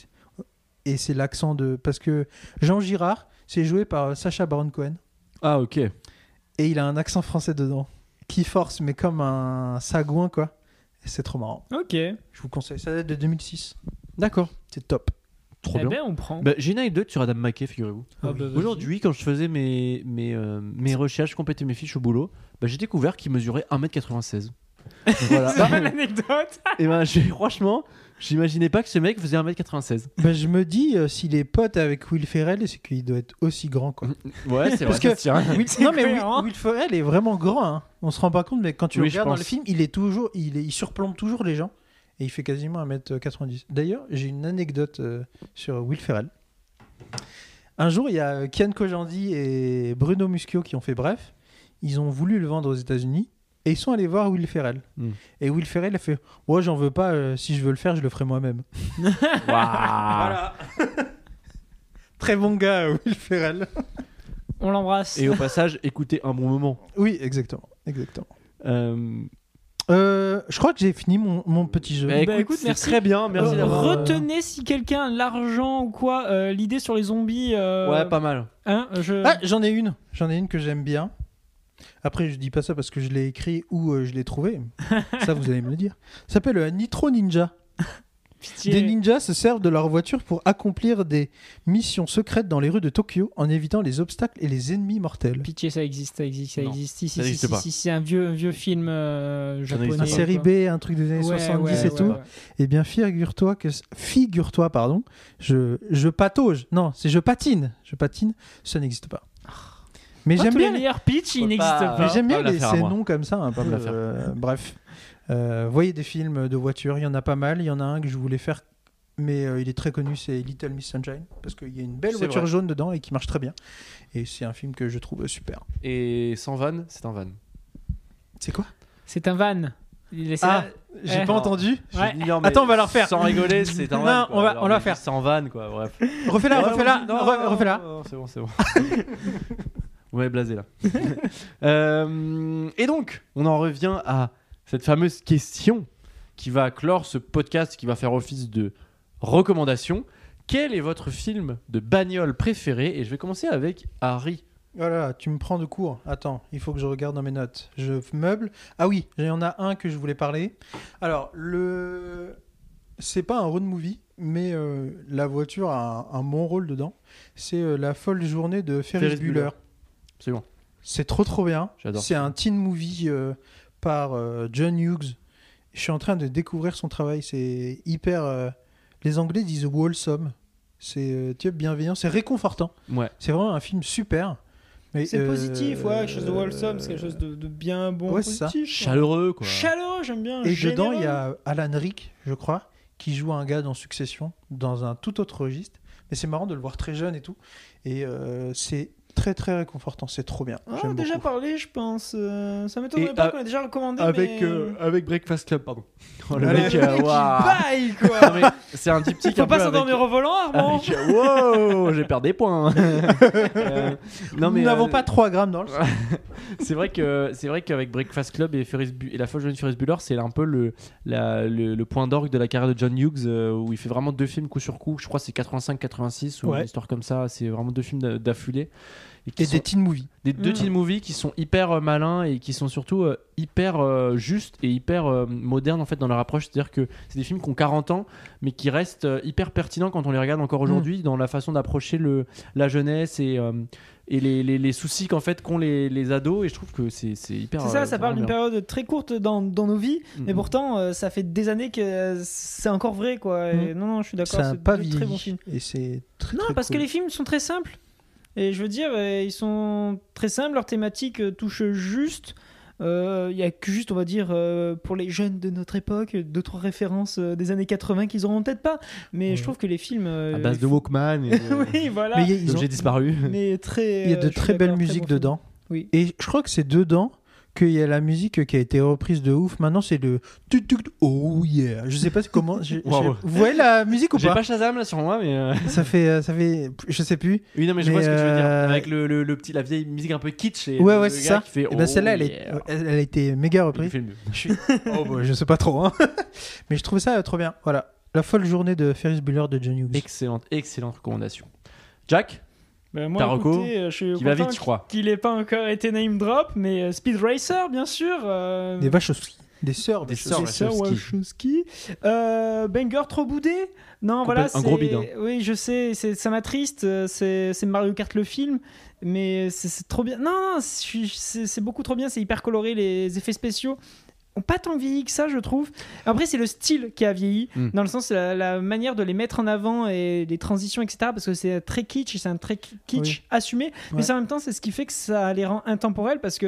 C: et c'est l'accent de parce que Jean Girard, c'est joué par euh, Sacha Baron Cohen.
A: Ah ok.
C: Et il a un accent français dedans, qui force, mais comme un sagouin, quoi. Et C'est trop marrant.
B: Ok. Eh
C: Je vous conseille, ça date de 2006.
A: D'accord.
C: C'est top.
A: Trop bien.
B: ben on prend.
A: Bah, j'ai une anecdote sur Adam McKay, figurez-vous.
B: Ah, bah, vas-y.
A: Aujourd'hui, quand je faisais mes, mes, euh, mes recherches, je complétais mes fiches au boulot, bah, j'ai découvert qu'il mesurait 1m96. voilà.
B: C'est une bonne anecdote.
A: et ben, j'ai- franchement, j'imaginais pas que ce mec faisait 1m96.
C: Bah, je me dis, euh, s'il est pote avec Will Ferrell, c'est qu'il doit être aussi grand, quoi.
A: Ouais, c'est vrai.
C: Parce que-
A: ça se tient.
C: Will-
B: C'est hein.
C: non, mais Will,
B: cohérent.
C: Will Ferrell est vraiment grand. hein. On se rend pas compte, mais quand tu
A: Oui,
C: le
A: je
C: regardes dans le
A: pense.
C: film, il est toujours, il, est- il surplombe toujours les gens. Et il fait quasiment 1m90. D'ailleurs, j'ai une anecdote euh, sur Will Ferrell. Un jour, il y a Kian Kojandi et Bruno Muschio qui ont fait bref. Ils ont voulu le vendre aux États-Unis et ils sont allés voir Will Ferrell.
A: Hmm.
C: Et Will Ferrell a fait Ouais, j'en veux pas. euh, si je veux le faire, je le ferai moi-même.
A: Waouh. Ah.
C: Très bon gars, euh, Will Ferrell.
B: On l'embrasse.
A: Et au passage, écoutez un bon moment.
C: oui, exactement. exactement.
A: Euh,
C: Euh, je crois que j'ai fini mon, mon petit jeu.
A: bah, écoute,
B: écoute,
A: c'est
B: merci.
A: Très bien, merci
B: Euh,
A: d'avoir. euh,
B: Retenez si quelqu'un a l'argent ou quoi, euh, l'idée sur les zombies. euh,
A: Ouais, pas mal.
B: hein, je...
C: Ah, j'en ai une. J'en ai une que j'aime bien. Après, je dis pas ça parce que je l'ai écrit ou euh, je l'ai trouvé. ça, vous allez me le dire. Ça s'appelle euh, Nitro Ninja.
B: pitié.
C: Des ninjas se servent de leur voiture pour accomplir des missions secrètes dans les rues de Tokyo en évitant les obstacles et les ennemis mortels.
B: Pitié, ça existe, ça existe, ça
A: Non,
B: existe. Si, si,
A: ça
B: si,
A: n'existe
B: si,
A: pas.
B: si, c'est un vieux, un vieux film euh,
A: n'existe
B: japonais.
A: pas.
C: Une série
B: quoi.
C: B, un truc des années
B: Ouais,
C: 70
B: ouais,
C: et
B: ouais,
C: tout.
B: ouais.
C: Eh bien, figure-toi que figure-toi, pardon, je je patauge. Non, c'est je patine. Je patine. Ça n'existe pas. Mais
B: Moi,
C: j'aime
B: Ah. tous
C: bien
B: les meilleurs pitchs, ils
A: Faut
B: n'existent
A: pas-
B: pas.
C: Mais
A: Pas-
C: j'aime
A: pas
C: bien
A: me Ah, la
C: les,
A: faire à
C: ces
A: moi.
C: noms comme ça. Un peu,
A: me la faire.
C: euh, bref, Euh, voyez des films de voitures, il y en a pas mal. Il y en a un que je voulais faire, mais euh, il est très connu, c'est Little Miss Sunshine, parce qu'il y a une belle
A: C'est
C: voiture
A: vrai.
C: jaune dedans et qui marche très bien. Et c'est un film que je trouve super.
A: Et sans van, c'est un van.
C: C'est quoi
B: C'est un van. Il est- c'est
C: Ah,
B: là-
C: j'ai
B: Eh.
C: pas entendu.
A: J'ai
B: Ouais.
A: dit, non, mais
C: Attends, on va la refaire.
A: Sans rigoler, c'est un
C: Non,
A: van.
C: on va- on va
A: la
C: faire.
A: Sans van, quoi. Bref.
C: Refais-la,
A: Ouais,
C: refais-la,
A: on dit- non,
C: re-
A: non,
C: refais-la.
A: non, non, C'est bon, c'est bon. Vous m'avez blasé là. Euh, et donc, on en revient à cette fameuse question qui va clore ce podcast, qui va faire office de recommandation. Quel est votre film de bagnole préféré Et je vais commencer avec Harry.
C: Voilà, tu me prends de court. Attends, il faut que je regarde dans mes notes. Je meuble. Ah oui, il y en a un que je voulais parler. Alors, le c'est pas un road movie, mais euh, la voiture a un, un bon rôle dedans. C'est euh, La folle journée de Ferris,
A: Ferris
C: Bueller.
A: Bueller. C'est bon.
C: C'est trop trop bien.
A: J'adore.
C: C'est un teen movie euh, par euh, John Hughes. Je suis en train de découvrir son travail. C'est hyper. euh, Les Anglais disent wholesome. C'est euh, tu vois, bienveillant, c'est réconfortant.
A: Ouais.
C: C'est vraiment un film super. mais,
B: C'est
C: euh,
B: positif, ouais, quelque chose de wholesome, c'est quelque chose de, de bien bon,
C: Ouais, c'est ça.
B: positif. quoi.
A: Chaleureux, quoi.
B: Chaleureux, j'aime bien.
C: Et
B: généreux.
C: dedans, il y a Alan Rick, je crois, qui joue un gars dans Succession, dans un tout autre registre. Mais c'est marrant de le voir très jeune et tout. Et euh, c'est très très réconfortant, c'est trop bien.
B: Ah,
C: J'aime
B: déjà
C: beaucoup.
B: parlé, je pense. euh, ça m'étonnerait
A: Et
B: pas
A: à-
B: qu'on ait déjà recommandé.
A: Avec,
B: mais...
A: euh, avec Breakfast Club, pardon. Oh,
C: Allez,
B: Le mec, il baille, quoi.
A: Non, mais c'est un diptyque
B: Faut
A: un peu
B: pas s'endormir
A: avec...
B: au volant, Armand.
A: avec... euh, Wow, j'ai perdu des points. Euh, non, mais,
C: Nous n'avons
A: euh,
C: pas 3 grammes dans le sang.
A: c'est vrai que c'est vrai qu'avec Breakfast Club et, Ferris Bu- et la folle jeune Ferris Bueller, c'est un peu le, la- le, le point d'orgue de la carrière de John Hughes euh, où il fait vraiment deux films coup sur coup. Je crois que c'est 85-86 ou
C: Ouais.
A: une histoire comme ça. C'est vraiment deux films d'a- d'affilée qui
C: Et
A: sont-
C: des teen movies.
A: des deux
B: Mm.
A: teen movies qui sont hyper euh, malins et qui sont surtout euh, hyper euh, justes et hyper euh, modernes en fait dans leur approche c'est à dire que c'est des films qui ont 40 ans mais qui restent euh, hyper pertinents quand on les regarde encore aujourd'hui dans la façon d'approcher le la jeunesse et euh, et les, les- les soucis qu'en fait qu'ont les, les ados et je trouve que c'est c'est hyper
B: C'est
A: euh,
B: ça, ça parle
A: vraiment
B: d'une
A: bien.
B: période très courte dans, dans nos vies, mais
A: Mm.
B: pourtant, euh, ça fait des années que euh, c'est encore vrai, quoi. Et Non, non, je suis d'accord,
C: Ça n'a
B: c'est
C: pas
B: deux
C: vieilli.
B: très bon film.
C: Et c'est très
B: Non,
C: très
B: parce
C: cool.
B: que les films sont très simples. Et je veux dire, euh, ils sont très simples, leur thématique euh, touche juste. Euh, Il y a que juste, on va dire, euh, pour les jeunes de notre époque, deux, trois références euh, des années 80 qu'ils auront peut-être pas. Mais
C: Ouais.
B: je trouve que les films. euh,
A: à base de Walkman et, euh,
B: oui, voilà.
C: Mais
B: Mais,
C: il y a- ils ont-
A: d'objets disparus
B: très.
C: il y a
B: euh,
C: de
B: je suis
C: très belles
B: d'accord,
C: musiques
B: bon film.
C: dedans.
B: Oui.
C: Et je crois que c'est dedans qu'il y a la musique qui a été reprise de ouf. Maintenant, c'est le. tuc, tuc, tuc. Oh yeah! Je sais pas comment. j'ai-
A: Wow.
C: j'ai- Vous voyez la musique ou
A: j'ai
C: pas,
A: pas Shazam là sur moi mais euh,
C: Ça fait. euh, Ça fait... Je sais plus.
A: oui non mais je
C: Mais,
A: vois ce que tu veux dire
C: euh,
A: avec le, le- le petit la vieille musique un peu kitsch et
C: Ouais,
A: le
C: ouais,
A: gars
C: c'est ça.
A: qui fait
C: Et ben
A: oh
C: celle-là, elle, est-
A: yeah.
C: elle, elle a été méga
A: Il
C: reprise.
A: fait le mieux.
C: Je, suis- oh, bah, je sais pas trop. hein. Mais je trouvais ça euh, trop bien. Voilà. La folle journée de Ferris Bueller de John Hughes.
A: Excellente, excellente recommandation. Jack,
B: Ben, moi,
A: Taroko,
B: écoutez, euh, je suis
A: qui va
B: content
A: vite, je crois.
B: qu'il n'ait pas encore été name drop, mais euh, Speed Racer, bien sûr. euh,
C: Des vaches Des sœurs.
A: Des
C: Wachowski.
A: sœurs,
B: c'est ça,
A: Wachowski.
B: Wachowski. Euh, Banger trop boudé. Non,
A: Complète-
B: voilà.
A: un
B: c'est-
A: gros bide, hein.
B: Oui, je sais, c'est- ça m'attriste. euh, C'est c'est Mario Kart le film, mais c'est c'est trop bien. Non, non, je suis- c'est c'est beaucoup trop bien. C'est hyper coloré, les effets spéciaux ont pas tant vieilli que ça, je trouve. Après, c'est le style qui a vieilli,
A: Mm.
B: dans le sens la, la manière de les mettre en avant et les transitions, etc. Parce que c'est très kitsch, et c'est un très ki- kitsch assumé, mais
C: Ouais.
B: c'est en même temps, c'est ce qui fait que ça les rend intemporels parce que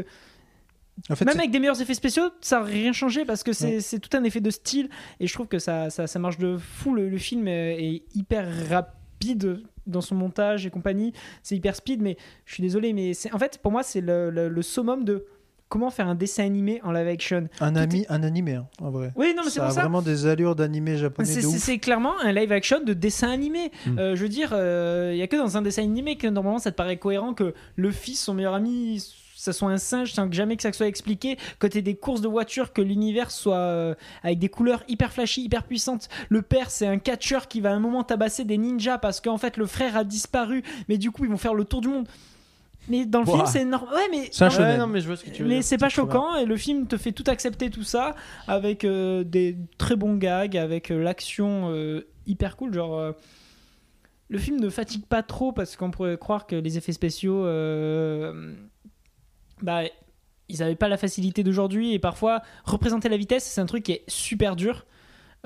C: En fait,
B: même
C: c'est-
B: avec des meilleurs effets spéciaux, ça n'a rien changé parce que c'est
C: Ouais.
B: c'est tout un effet de style et je trouve que ça, ça, ça marche de fou. Le, le film est, est hyper rapide dans son montage et compagnie. C'est hyper speed, mais je suis désolé, mais c'est en fait pour moi c'est le, le- le summum de comment faire un dessin animé en live action.
C: un, ami, un animé, hein, en vrai.
B: Oui, non, mais c'est
C: ça a
B: pour ça.
C: vraiment des allures d'animé japonais.
B: C'est-
C: de
B: C'est
C: ouf. Hmm.
B: c'est clairement un live action de dessin animé.
A: Mm.
B: Euh, je veux dire, il n'y a que dans un dessin animé que normalement ça te paraît cohérent que le fils, son meilleur ami, ça soit un singe sans que jamais que ça soit expliqué, que t'aies des courses de voitures, que l'univers soit euh, avec des couleurs hyper flashy, hyper puissantes. Le père, c'est un catcheur qui va à un moment tabasser des ninjas parce qu'en fait le frère a disparu, mais du coup ils vont faire le tour du monde. Mais dans le
A: Ouah.
B: film, c'est énorme. Ouais, mais
C: C'est un
B: non,
C: shonen.
A: Ouais, non, mais je vois ce que tu veux
B: mais
A: dire.
B: c'est pas
C: C'est trop
B: choquant et le film te fait tout accepter tout ça avec euh, des très bons gags, avec euh, l'action euh, hyper cool. Genre, euh, le film ne fatigue pas trop parce qu'on pourrait croire que les effets spéciaux, euh, bah, ils avaient pas la facilité d'aujourd'hui et parfois représenter la vitesse, c'est un truc qui est super dur.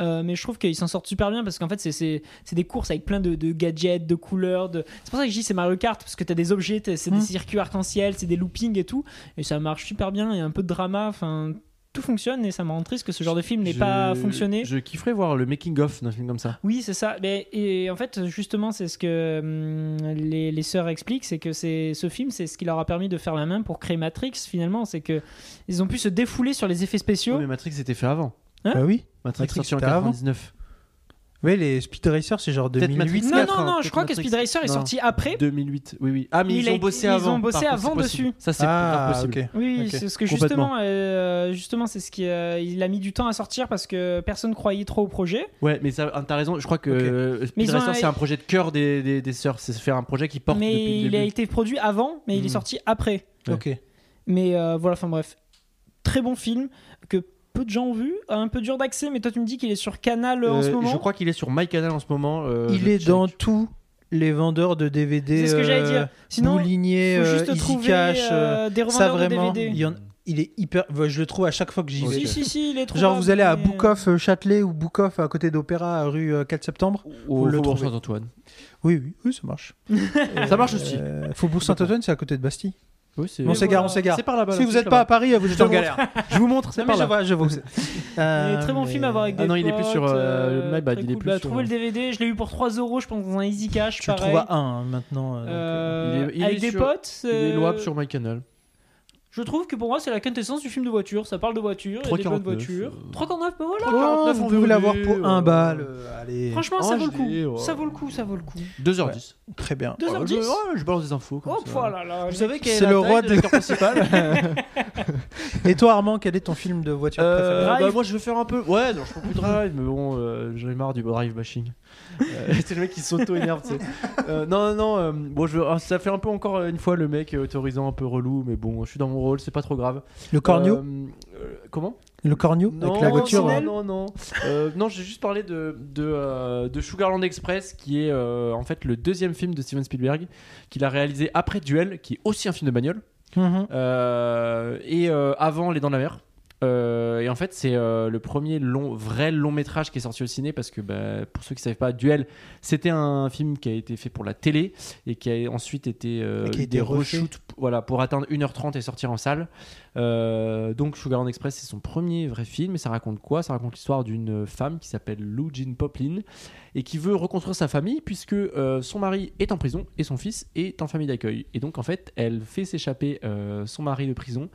B: Euh, mais je trouve qu'ils s'en sortent super bien parce qu'en fait, c'est- c'est c'est des courses avec plein de, de gadgets, de couleurs. De... C'est pour ça que je dis c'est Mario Kart parce que t'as des objets, t'as- c'est
C: Mm.
B: des circuits arc-en-ciel, c'est des loopings et tout. Et ça marche super bien. Il y a un peu de drama, enfin tout fonctionne et ça me rend triste que ce genre de film n'ait
A: Je-
B: pas fonctionné.
A: Je kifferais voir le making of d'un film comme ça.
B: Oui, c'est ça. Mais, et en fait, justement, c'est ce que hum, les, les sœurs expliquent, c'est que c'est ce film, c'est ce qui leur a permis de faire la main pour créer Matrix. Finalement, c'est que ils ont pu se défouler sur les effets spéciaux.
A: Ouais, mais Matrix était fait avant.
C: Bah oui.
A: Matrix,
C: Matrix,
A: sorti en
C: c'était avant.
A: 99.
C: Oui, les Speed Racer, c'est genre
A: Peut-être
C: 2008.
A: Matrix
B: Non,
A: 4,
B: non, non,
A: hein,
B: je crois que
A: Matrix.
B: Speed Racer est
A: Non.
B: sorti après.
A: 2008, oui, oui. Ah, mais
B: Il
A: ils
B: a
A: ont
B: été-
A: bossé
B: ils
A: avant.
B: ont bossé
A: Par contre,
B: avant
A: c'est possible.
B: dessus.
A: Ça, c'est
C: Ah,
A: grave possible.
C: ok.
B: Oui,
A: Ok.
B: c'est ce que
A: Complètement.
B: justement, euh, justement, c'est ce qui euh, il a mis du temps à sortir parce que personne croyait trop au projet.
A: Ouais, mais ça, ah, t'as raison. Je crois que
C: Ok.
A: euh,
B: Mais
A: Speed
B: ils ont
A: Racer,
B: un-
A: c'est un projet de cœur des, des, des sœurs. C'est faire un projet qui porte
B: mais
A: depuis le
B: il a
A: début.
B: été produit avant, mais il est
A: Hmm.
B: sorti après.
A: Ouais.
C: Ok.
B: Mais euh, voilà, enfin bref, très bon film que peu de gens ont vu, un peu dur d'accès, mais toi tu me dis qu'il est sur Canal euh, en
A: Euh,
B: ce moment.
A: Je crois qu'il est sur MyCanal en ce moment. euh,
C: Il
A: je
C: est
A: check.
C: dans tous les vendeurs de DVD.
B: C'est ce que j'allais
C: euh,
B: dire. Sinon, il
C: Boulinier,
B: faut
C: euh,
B: juste
C: Easy
B: trouver
C: Cash, euh,
B: euh, des
C: ça
B: revendeurs
C: vraiment,
B: de DVD.
C: il, y en- il est hyper. ouais, je le trouve à chaque fois que j'y
A: Ok.
C: vais.
B: Si, si, si, il est trop
C: Genre vous allez à Boukoff euh, Châtelet ou Boukoff à côté d'Opéra à rue euh, 4 septembre.
A: Au
C: le
A: Faubourg
C: trouvez.
A: Saint-Antoine.
C: Oui, oui, oui, ça marche.
A: Ça marche aussi.
C: Euh, Faubourg Saint-Antoine, c'est à côté de Bastille.
A: Oui, c'est
C: on s'égare,
B: voilà.
C: on s'égare.
A: C'est par là-bas.
C: Si vous n'êtes pas à Paris, vous êtes
A: te
C: en galère.
A: Je vous montre, c'est
C: Non,
A: par
C: mais je
A: là.
C: vois, je vois. où c'est. Euh,
B: très bon
C: mais-
B: film à voir avec des
A: Ah non, il est plus sur,
B: potes,
A: euh, my bad,
B: très
A: il est
B: cool.
A: plus
B: Bah,
A: sur-
B: trouvez le DVD, je l'ai eu pour 3 euros, je pense, dans un Easy Cash.
C: Tu le
B: pareil.
C: trouves à 1 maintenant. euh, donc, euh,
A: Il
B: Euh,
A: est- il
B: avec
A: est
B: des
A: sur-
B: potes.
A: Il est
B: euh,
A: louable sur MyCanal.
B: Je trouve que pour moi, c'est la quintessence du film de voiture. Ça parle de voiture, il y a des bonnes
A: 3,49,
B: voitures.
A: euh,
B: 3,49, ben voilà.
C: Oh,
A: 49, on
C: vous pouvez l'avoir
A: veut,
C: pour 1
A: euh,
C: balle. euh, Allez.
B: Franchement,
A: en
B: ça vaut le
A: HD,
B: coup.
A: ouais.
B: Ça vaut le coup, ça vaut le coup.
A: 2h10.
C: Très bien.
B: 2h10
A: Je balance des infos. comme
B: Oh,
A: ça.
B: voilà, là.
A: Vous
B: les-
A: savez quel est
C: C'est
A: la
C: le
A: taille
C: roi
A: de
C: de-
A: l'acteur principal
C: Et toi, Armand, quel est ton film de voiture
A: Euh,
C: préféré
B: Drive.
A: bah, moi je veux faire un peu. Ouais, non, je prends plus Drive, mais bon, euh, j'en ai marre du Drive bashing. Euh, c'est le mec qui s'auto-énerve, tu sais. Euh, non, non, non, euh, bon, je veux- ah, ça fait un peu encore euh, une fois le mec euh, autorisant un peu relou, mais bon, je suis dans mon rôle, c'est pas trop grave.
C: Le Cornio
A: Euh, euh, Comment
C: Le Cornio Avec la voiture
A: Non,
C: hein.
A: non, non. Euh, non, j'ai juste parlé de, de, euh, de Sugarland Express, qui est euh, en fait le deuxième film de Steven Spielberg, qu'il a réalisé après Duel, qui est aussi un film de bagnole,
C: Mhm.
A: euh, et euh, avant Les Dents de la Mer. Euh, et en fait, c'est euh, le premier long, vrai long métrage qui est sorti au ciné parce que, bah, pour ceux qui ne savent pas, Duel, c'était un film qui a été fait pour la télé et qui a ensuite été euh,
C: Et qui a
A: eu
C: été
A: des
C: refait.
A: reshoots p- voilà, pour atteindre 1h30 et sortir en salle. Euh, donc, Sugarland Express, c'est son premier vrai film et ça raconte quoi Ça raconte l'histoire d'une femme qui s'appelle Lou Jean Poplin et qui veut reconstruire sa famille puisque euh, son mari est en prison et son fils est en famille d'accueil. Et donc, en fait, elle fait s'échapper euh, son mari de prison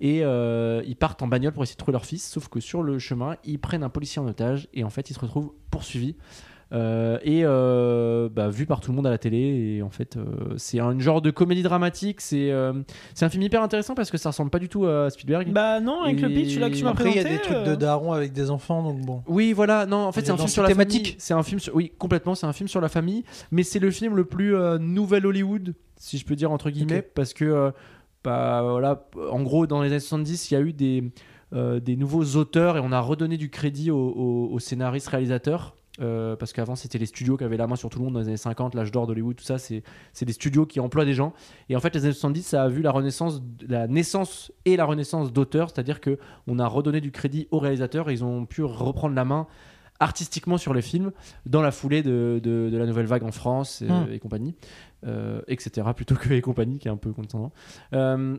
A: et euh, ils partent en bagnole pour essayer de trouver leur fils, sauf que sur le chemin, ils prennent un policier en otage et en fait, ils se retrouvent poursuivis. Euh, et euh, bah, vu par tout le monde à la télé et en fait euh, c'est un genre de comédie dramatique c'est euh, c'est un film hyper intéressant parce que ça ressemble pas du tout à Spielberg
B: Bah non, avec le
A: Et
B: pitch là que tu m'as
C: Après, il
B: présenté.
C: y a des trucs de
B: euh,
C: daron avec des enfants, donc bon.
A: Oui, voilà. Non, en fait,
C: On
A: c'est
C: est
A: un
C: dans
A: film
C: cette
A: sur la
C: thématique.
A: famille. C'est un film sur... Oui, complètement. C'est un film sur la famille, mais c'est le film le plus euh, nouvel Hollywood, si je peux dire entre guillemets,
C: Ok.
A: parce que, euh, bah, voilà, en gros, dans les années 70, il y a eu des, euh, des nouveaux auteurs et on a redonné du crédit aux, aux- aux scénaristes, réalisateurs. euh, parce qu'avant c'était les studios qui avaient la main sur tout le monde dans les années 50, l'âge d'or d'Hollywood, tout ça, c'est c'est des studios qui emploient des gens. Et en fait, les années 70, ça a vu la renaissance, la naissance et la renaissance d'auteurs, c'est-à-dire que on a redonné du crédit aux réalisateurs et ils ont pu reprendre la main artistiquement sur les films dans la foulée de, de- de la nouvelle vague en France euh,
C: Mm.
A: et compagnie, euh, etc. plutôt que et compagnie qui est un peu condescendant. Euh,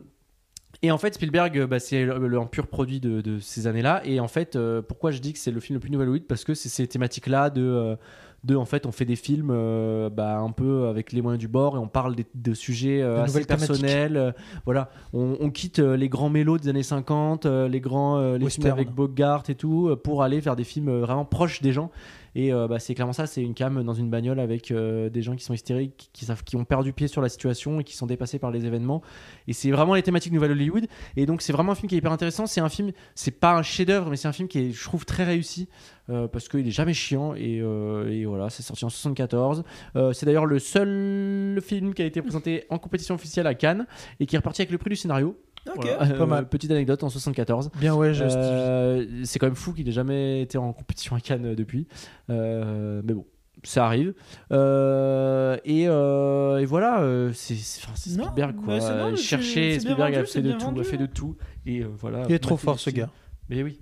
A: et en fait, Spielberg, euh, bah, c'est le- le- un pur produit de, de ces années-là. Et en fait, euh, pourquoi je dis que c'est le film le plus nouvel Hollywood Parce que c'est ces thématiques-là de, euh, de, en fait, on fait des films euh, bah, un peu avec les moyens du bord et on parle des- de sujets euh,
C: De
A: assez
C: nouvelles thématiques.
A: personnels. euh, voilà, on, on quitte euh, les grands mélos des années 50, euh, les grands euh, les films
C: Western.
A: avec Bogart et tout, euh, pour aller faire des films euh, vraiment proches des gens. Et euh, bah, c'est clairement ça, c'est une cam dans une bagnole avec euh, des gens qui sont hystériques, qui, savent, qui ont perdu pied sur la situation et qui sont dépassés par les événements. Et c'est vraiment les thématiques nouvelles Hollywood. Et donc c'est vraiment un film qui est hyper intéressant. C'est un film, c'est pas un chef-d'œuvre, mais c'est un film qui est, je trouve, très réussi euh, parce qu'il est jamais chiant. Et, euh, et voilà, c'est sorti en 74. Euh, c'est d'ailleurs le seul film qui a été présenté en compétition officielle à Cannes et qui est reparti avec le prix du scénario.
B: Ok.
A: Voilà.
C: Ah, Pas mal.
A: petite anecdote en 74.
C: Bien ouais, je-
A: Euh, c'est quand même fou qu'il ait jamais été en compétition à Cannes euh, depuis. Euh, mais bon, ça arrive. Euh, et, euh, et voilà, euh, c'est c'est- enfin, c'est
B: Non,
A: Spielberg quoi.
B: mais c'est- non, mais
A: il
B: c'est-
A: cherchait,
B: c'est bien
A: Spielberg a
B: vendu,
A: fait
B: c'est
A: de
B: bien
A: tout,
B: vendu,
A: a fait
B: hein.
A: de tout. Et euh, voilà.
C: Il est trop
A: Moi,
C: fort ce
A: c'est-
C: gars.
A: Mais oui.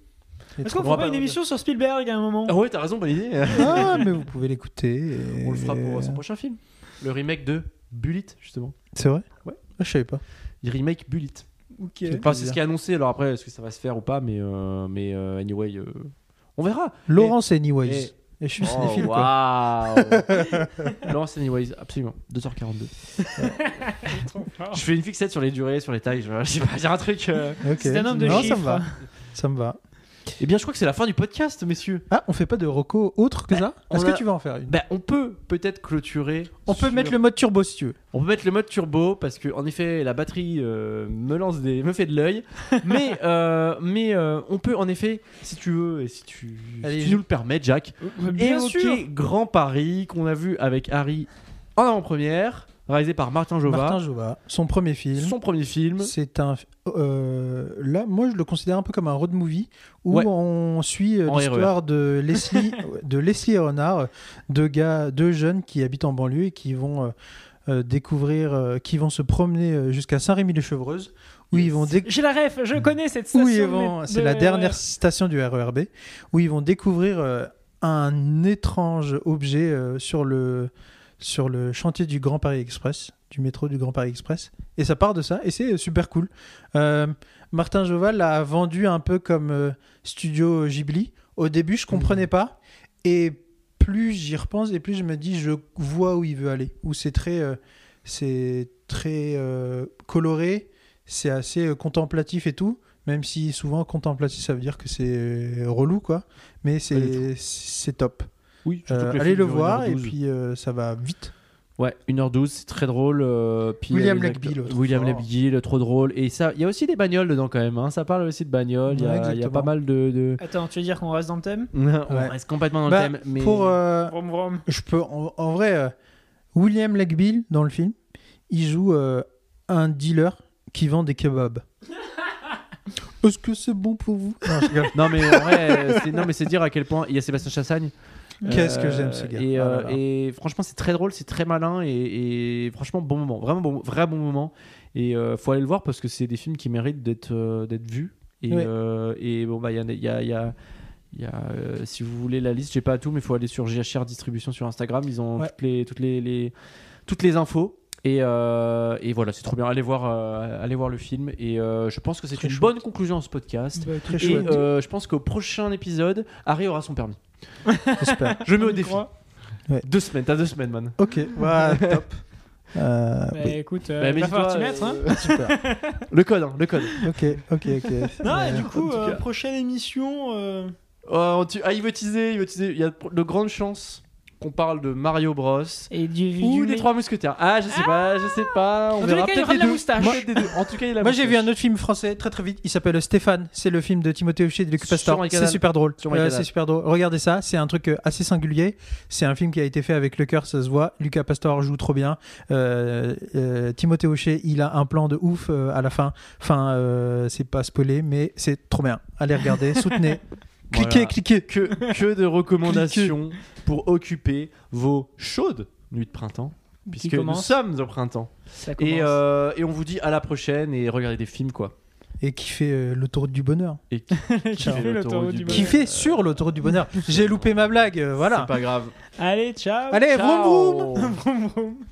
C: Il est
B: Est-ce
C: trop
B: qu'on
A: On
B: fera
A: va
B: pas
A: pas-
B: une émission sur Spielberg à un moment
A: Ah ouais, t'as raison, bonne idée.
C: Ah, mais vous pouvez l'écouter. et- euh,
A: On le fera pour son prochain film. Le remake de Bullet justement.
C: C'est vrai
A: Ouais.
C: Ah, je savais pas.
A: Il remake Bullet.
B: Ok.
A: Enfin, c'est ce qui est annoncé. Alors après, est-ce que ça va se faire ou pas Mais euh, mais euh, anyway, euh, on verra.
C: Laurence Anyways.
A: et-
C: Et je suis
A: Oh,
C: cinéphile, quoi.
A: waouh Lance Anyways, absolument. 2h42. Je fais une fixette sur les durées, sur les tailles. Je, je sais pas, j'ai un truc. euh.
C: Ok.
B: C'est un homme de
C: non,
B: chiffres.
C: ça me va. Ça me va.
A: Eh bien, je crois que c'est la fin du podcast, messieurs.
C: Ah, on fait pas de reco autre que ça
A: Eh, on
C: Est-ce
A: a-
C: que tu vas en faire une
A: Ben, on peut peut-être clôturer.
C: On peut
A: sur-
C: mettre le mode turbo si tu veux.
A: On peut mettre le mode turbo parce que en effet la batterie euh, me lance des me fait de l'œil, mais euh, mais euh, on peut en effet si tu veux et si tu,
C: Allez,
A: si tu
C: je-
A: nous le permets, Jack,
B: Bien
A: évoquer
B: sûr.
A: Grand Paris qu'on a vu avec Harry en avant-première, réalisé par Martin Jova.
C: Martin Jova, son premier film.
A: Son premier film.
C: C'est un. euh, là, moi, je le considère un peu comme un road movie où
A: Ouais.
C: on suit euh,
A: En E
C: l'histoire de Leslie, de Leslie et Renard, euh, deux gars, deux jeunes qui habitent en banlieue et qui vont euh, euh, découvrir, euh, qui vont se promener euh, jusqu'à Saint-Rémy-les-Chevreuses où ils vont découvrir
B: J'ai la ref, je connais cette station.
C: où ils
B: mais
C: vont,
B: de-
C: c'est la dernière station du RERB, où ils vont découvrir euh, un étrange objet euh, sur le sur le chantier du Grand Paris Express, du métro du Grand Paris Express, et ça part de ça, et c'est euh, super cool. Euh, Martin Joval l'a vendu un peu comme euh, Studio Ghibli. Au début, je comprenais
B: Mmh.
C: pas, et plus j'y repense, et plus je me dis, je vois où il veut aller, où c'est très euh, c'est très euh, coloré, c'est assez euh, contemplatif et tout, même si souvent contemplatif ça veut dire que c'est euh, relou quoi, mais
A: Pas du
C: c'est c'est top.
A: Oui, surtout
C: Euh,
A: que
C: allez
A: film
C: le
A: dure
C: voir et
A: 1h12.
C: puis euh, ça va vite.
A: Ouais, 1h12, c'est très drôle. euh, puis
C: William
A: euh, les
C: Legbill,
A: acteurs-
C: autre
A: William
C: fort.
A: Legbill, trop drôle. Et ça, il y a aussi des bagnoles dedans quand même. hein, Ça parle aussi de bagnoles. Il y a-
C: Ouais,
A: il y, a
C: exactement.
A: pas mal de. de-
B: Attends, tu veux dire qu'on reste dans le thème
A: On
C: Ouais.
A: reste complètement dans
C: Bah,
A: le thème. Mais...
C: Pour euh,
B: Vroom, vroom.
C: je peux en, en vrai euh, William Legbill dans le film, il joue euh, un dealer qui vend des kebabs. Est-ce que c'est bon pour vous Non, je rigole.
A: Non, mais en vrai, euh, c'est- non, mais c'est dire à quel point. Il y a Sébastien Chassagne.
C: Qu'est-ce
A: Euh,
C: que j'aime ce gars.
A: Et,
C: Ah
A: euh,
C: là là.
A: et franchement, c'est très drôle, c'est très malin et, et franchement, bon moment. Vraiment bon, vrai bon moment. Et euh, faut aller le voir parce que c'est des films qui méritent d'être euh, d'être vus. Et,
C: Ouais.
A: euh, et bon, bah, il y a. il y a- il y a- il y a, euh, si vous voulez la liste, j'ai pas tout, mais il faut aller sur GHR Distribution sur Instagram. Ils ont
C: Ouais.
A: toutes, les, toutes, les, les- toutes les infos. Et, euh, et voilà, c'est trop bien. Allez voir, euh, allez voir le film. Et euh, je pense que c'est
C: Très
A: une
C: chouette.
A: bonne conclusion à ce podcast.
B: Bah,
C: Très
A: Et
C: chouette,
A: euh, je pense qu'au prochain épisode, Harry aura son permis.
C: j'espère.
A: Je mets
B: on
A: au
B: y
A: défi.
B: croit.
A: Deux semaines, t'as deux semaines, man.
C: Ok, voilà, top. Euh,
B: Bah,
C: oui,
B: écoute, euh,
A: Bah,
B: il va
A: mais
B: falloir t'y
A: dis-toi,
B: mettre. hein.
A: euh,
C: super.
A: Le code, hein, le code.
C: Ok, ok, ok.
B: Non,
C: Ouais.
B: et du coup,
A: en tout
B: euh,
A: cas.
B: prochaine émission. euh,
A: Oh, tu- Ah, il veut teaser, il veut teaser. Il y a de grandes chances qu'on parle de Mario Bros.
B: Et du,
A: Ou
B: du-
A: des Trois Mousquetaires. Ah, je sais pas, je sais pas. On
B: tous les
A: verra
B: cas, il y
A: peut-être
B: aura
A: les
B: de la
A: deux.
B: moustache.
A: Moi, peut-être les deux. En tout cas, il a la
C: Moi j'ai vu un
A: moustache.
C: autre film français très très vite, il s'appelle Stéphane, c'est le film de Timothée Huchet et de Lucas
A: Sur
C: Pastor.
A: MyCanal.
C: C'est super drôle.
A: Sur
C: Ouais,
A: MyCanal.
C: c'est super drôle. Regardez ça, c'est un truc euh, assez singulier. C'est un film qui a été fait avec le cœur, ça se voit. Lucas Pastor joue trop bien. Euh, euh, Timothée Huchet, il a un plan de ouf euh, à la fin. Enfin, euh, c'est pas spoilé, mais c'est trop bien. Allez regarder, soutenez.
A: Voilà.
C: cliquez, cliquez.
A: Que, que de recommandations pour occuper vos chaudes nuits de printemps. Puisque nous
B: commence.
A: sommes au printemps.
B: ça commence.
A: Et, euh, et on vous dit à la prochaine et regardez des films, quoi.
C: Et kiffez euh, l'autoroute du bonheur.
A: Et
B: Qui fait l'autoroute du bonheur.
C: Kiffez sur l'autoroute du bonheur. J'ai loupé ma blague, euh, voilà.
A: C'est pas grave.
B: Allez, ciao.
C: Allez, vroom vroom
A: Ciao.
B: Vroom, vroom.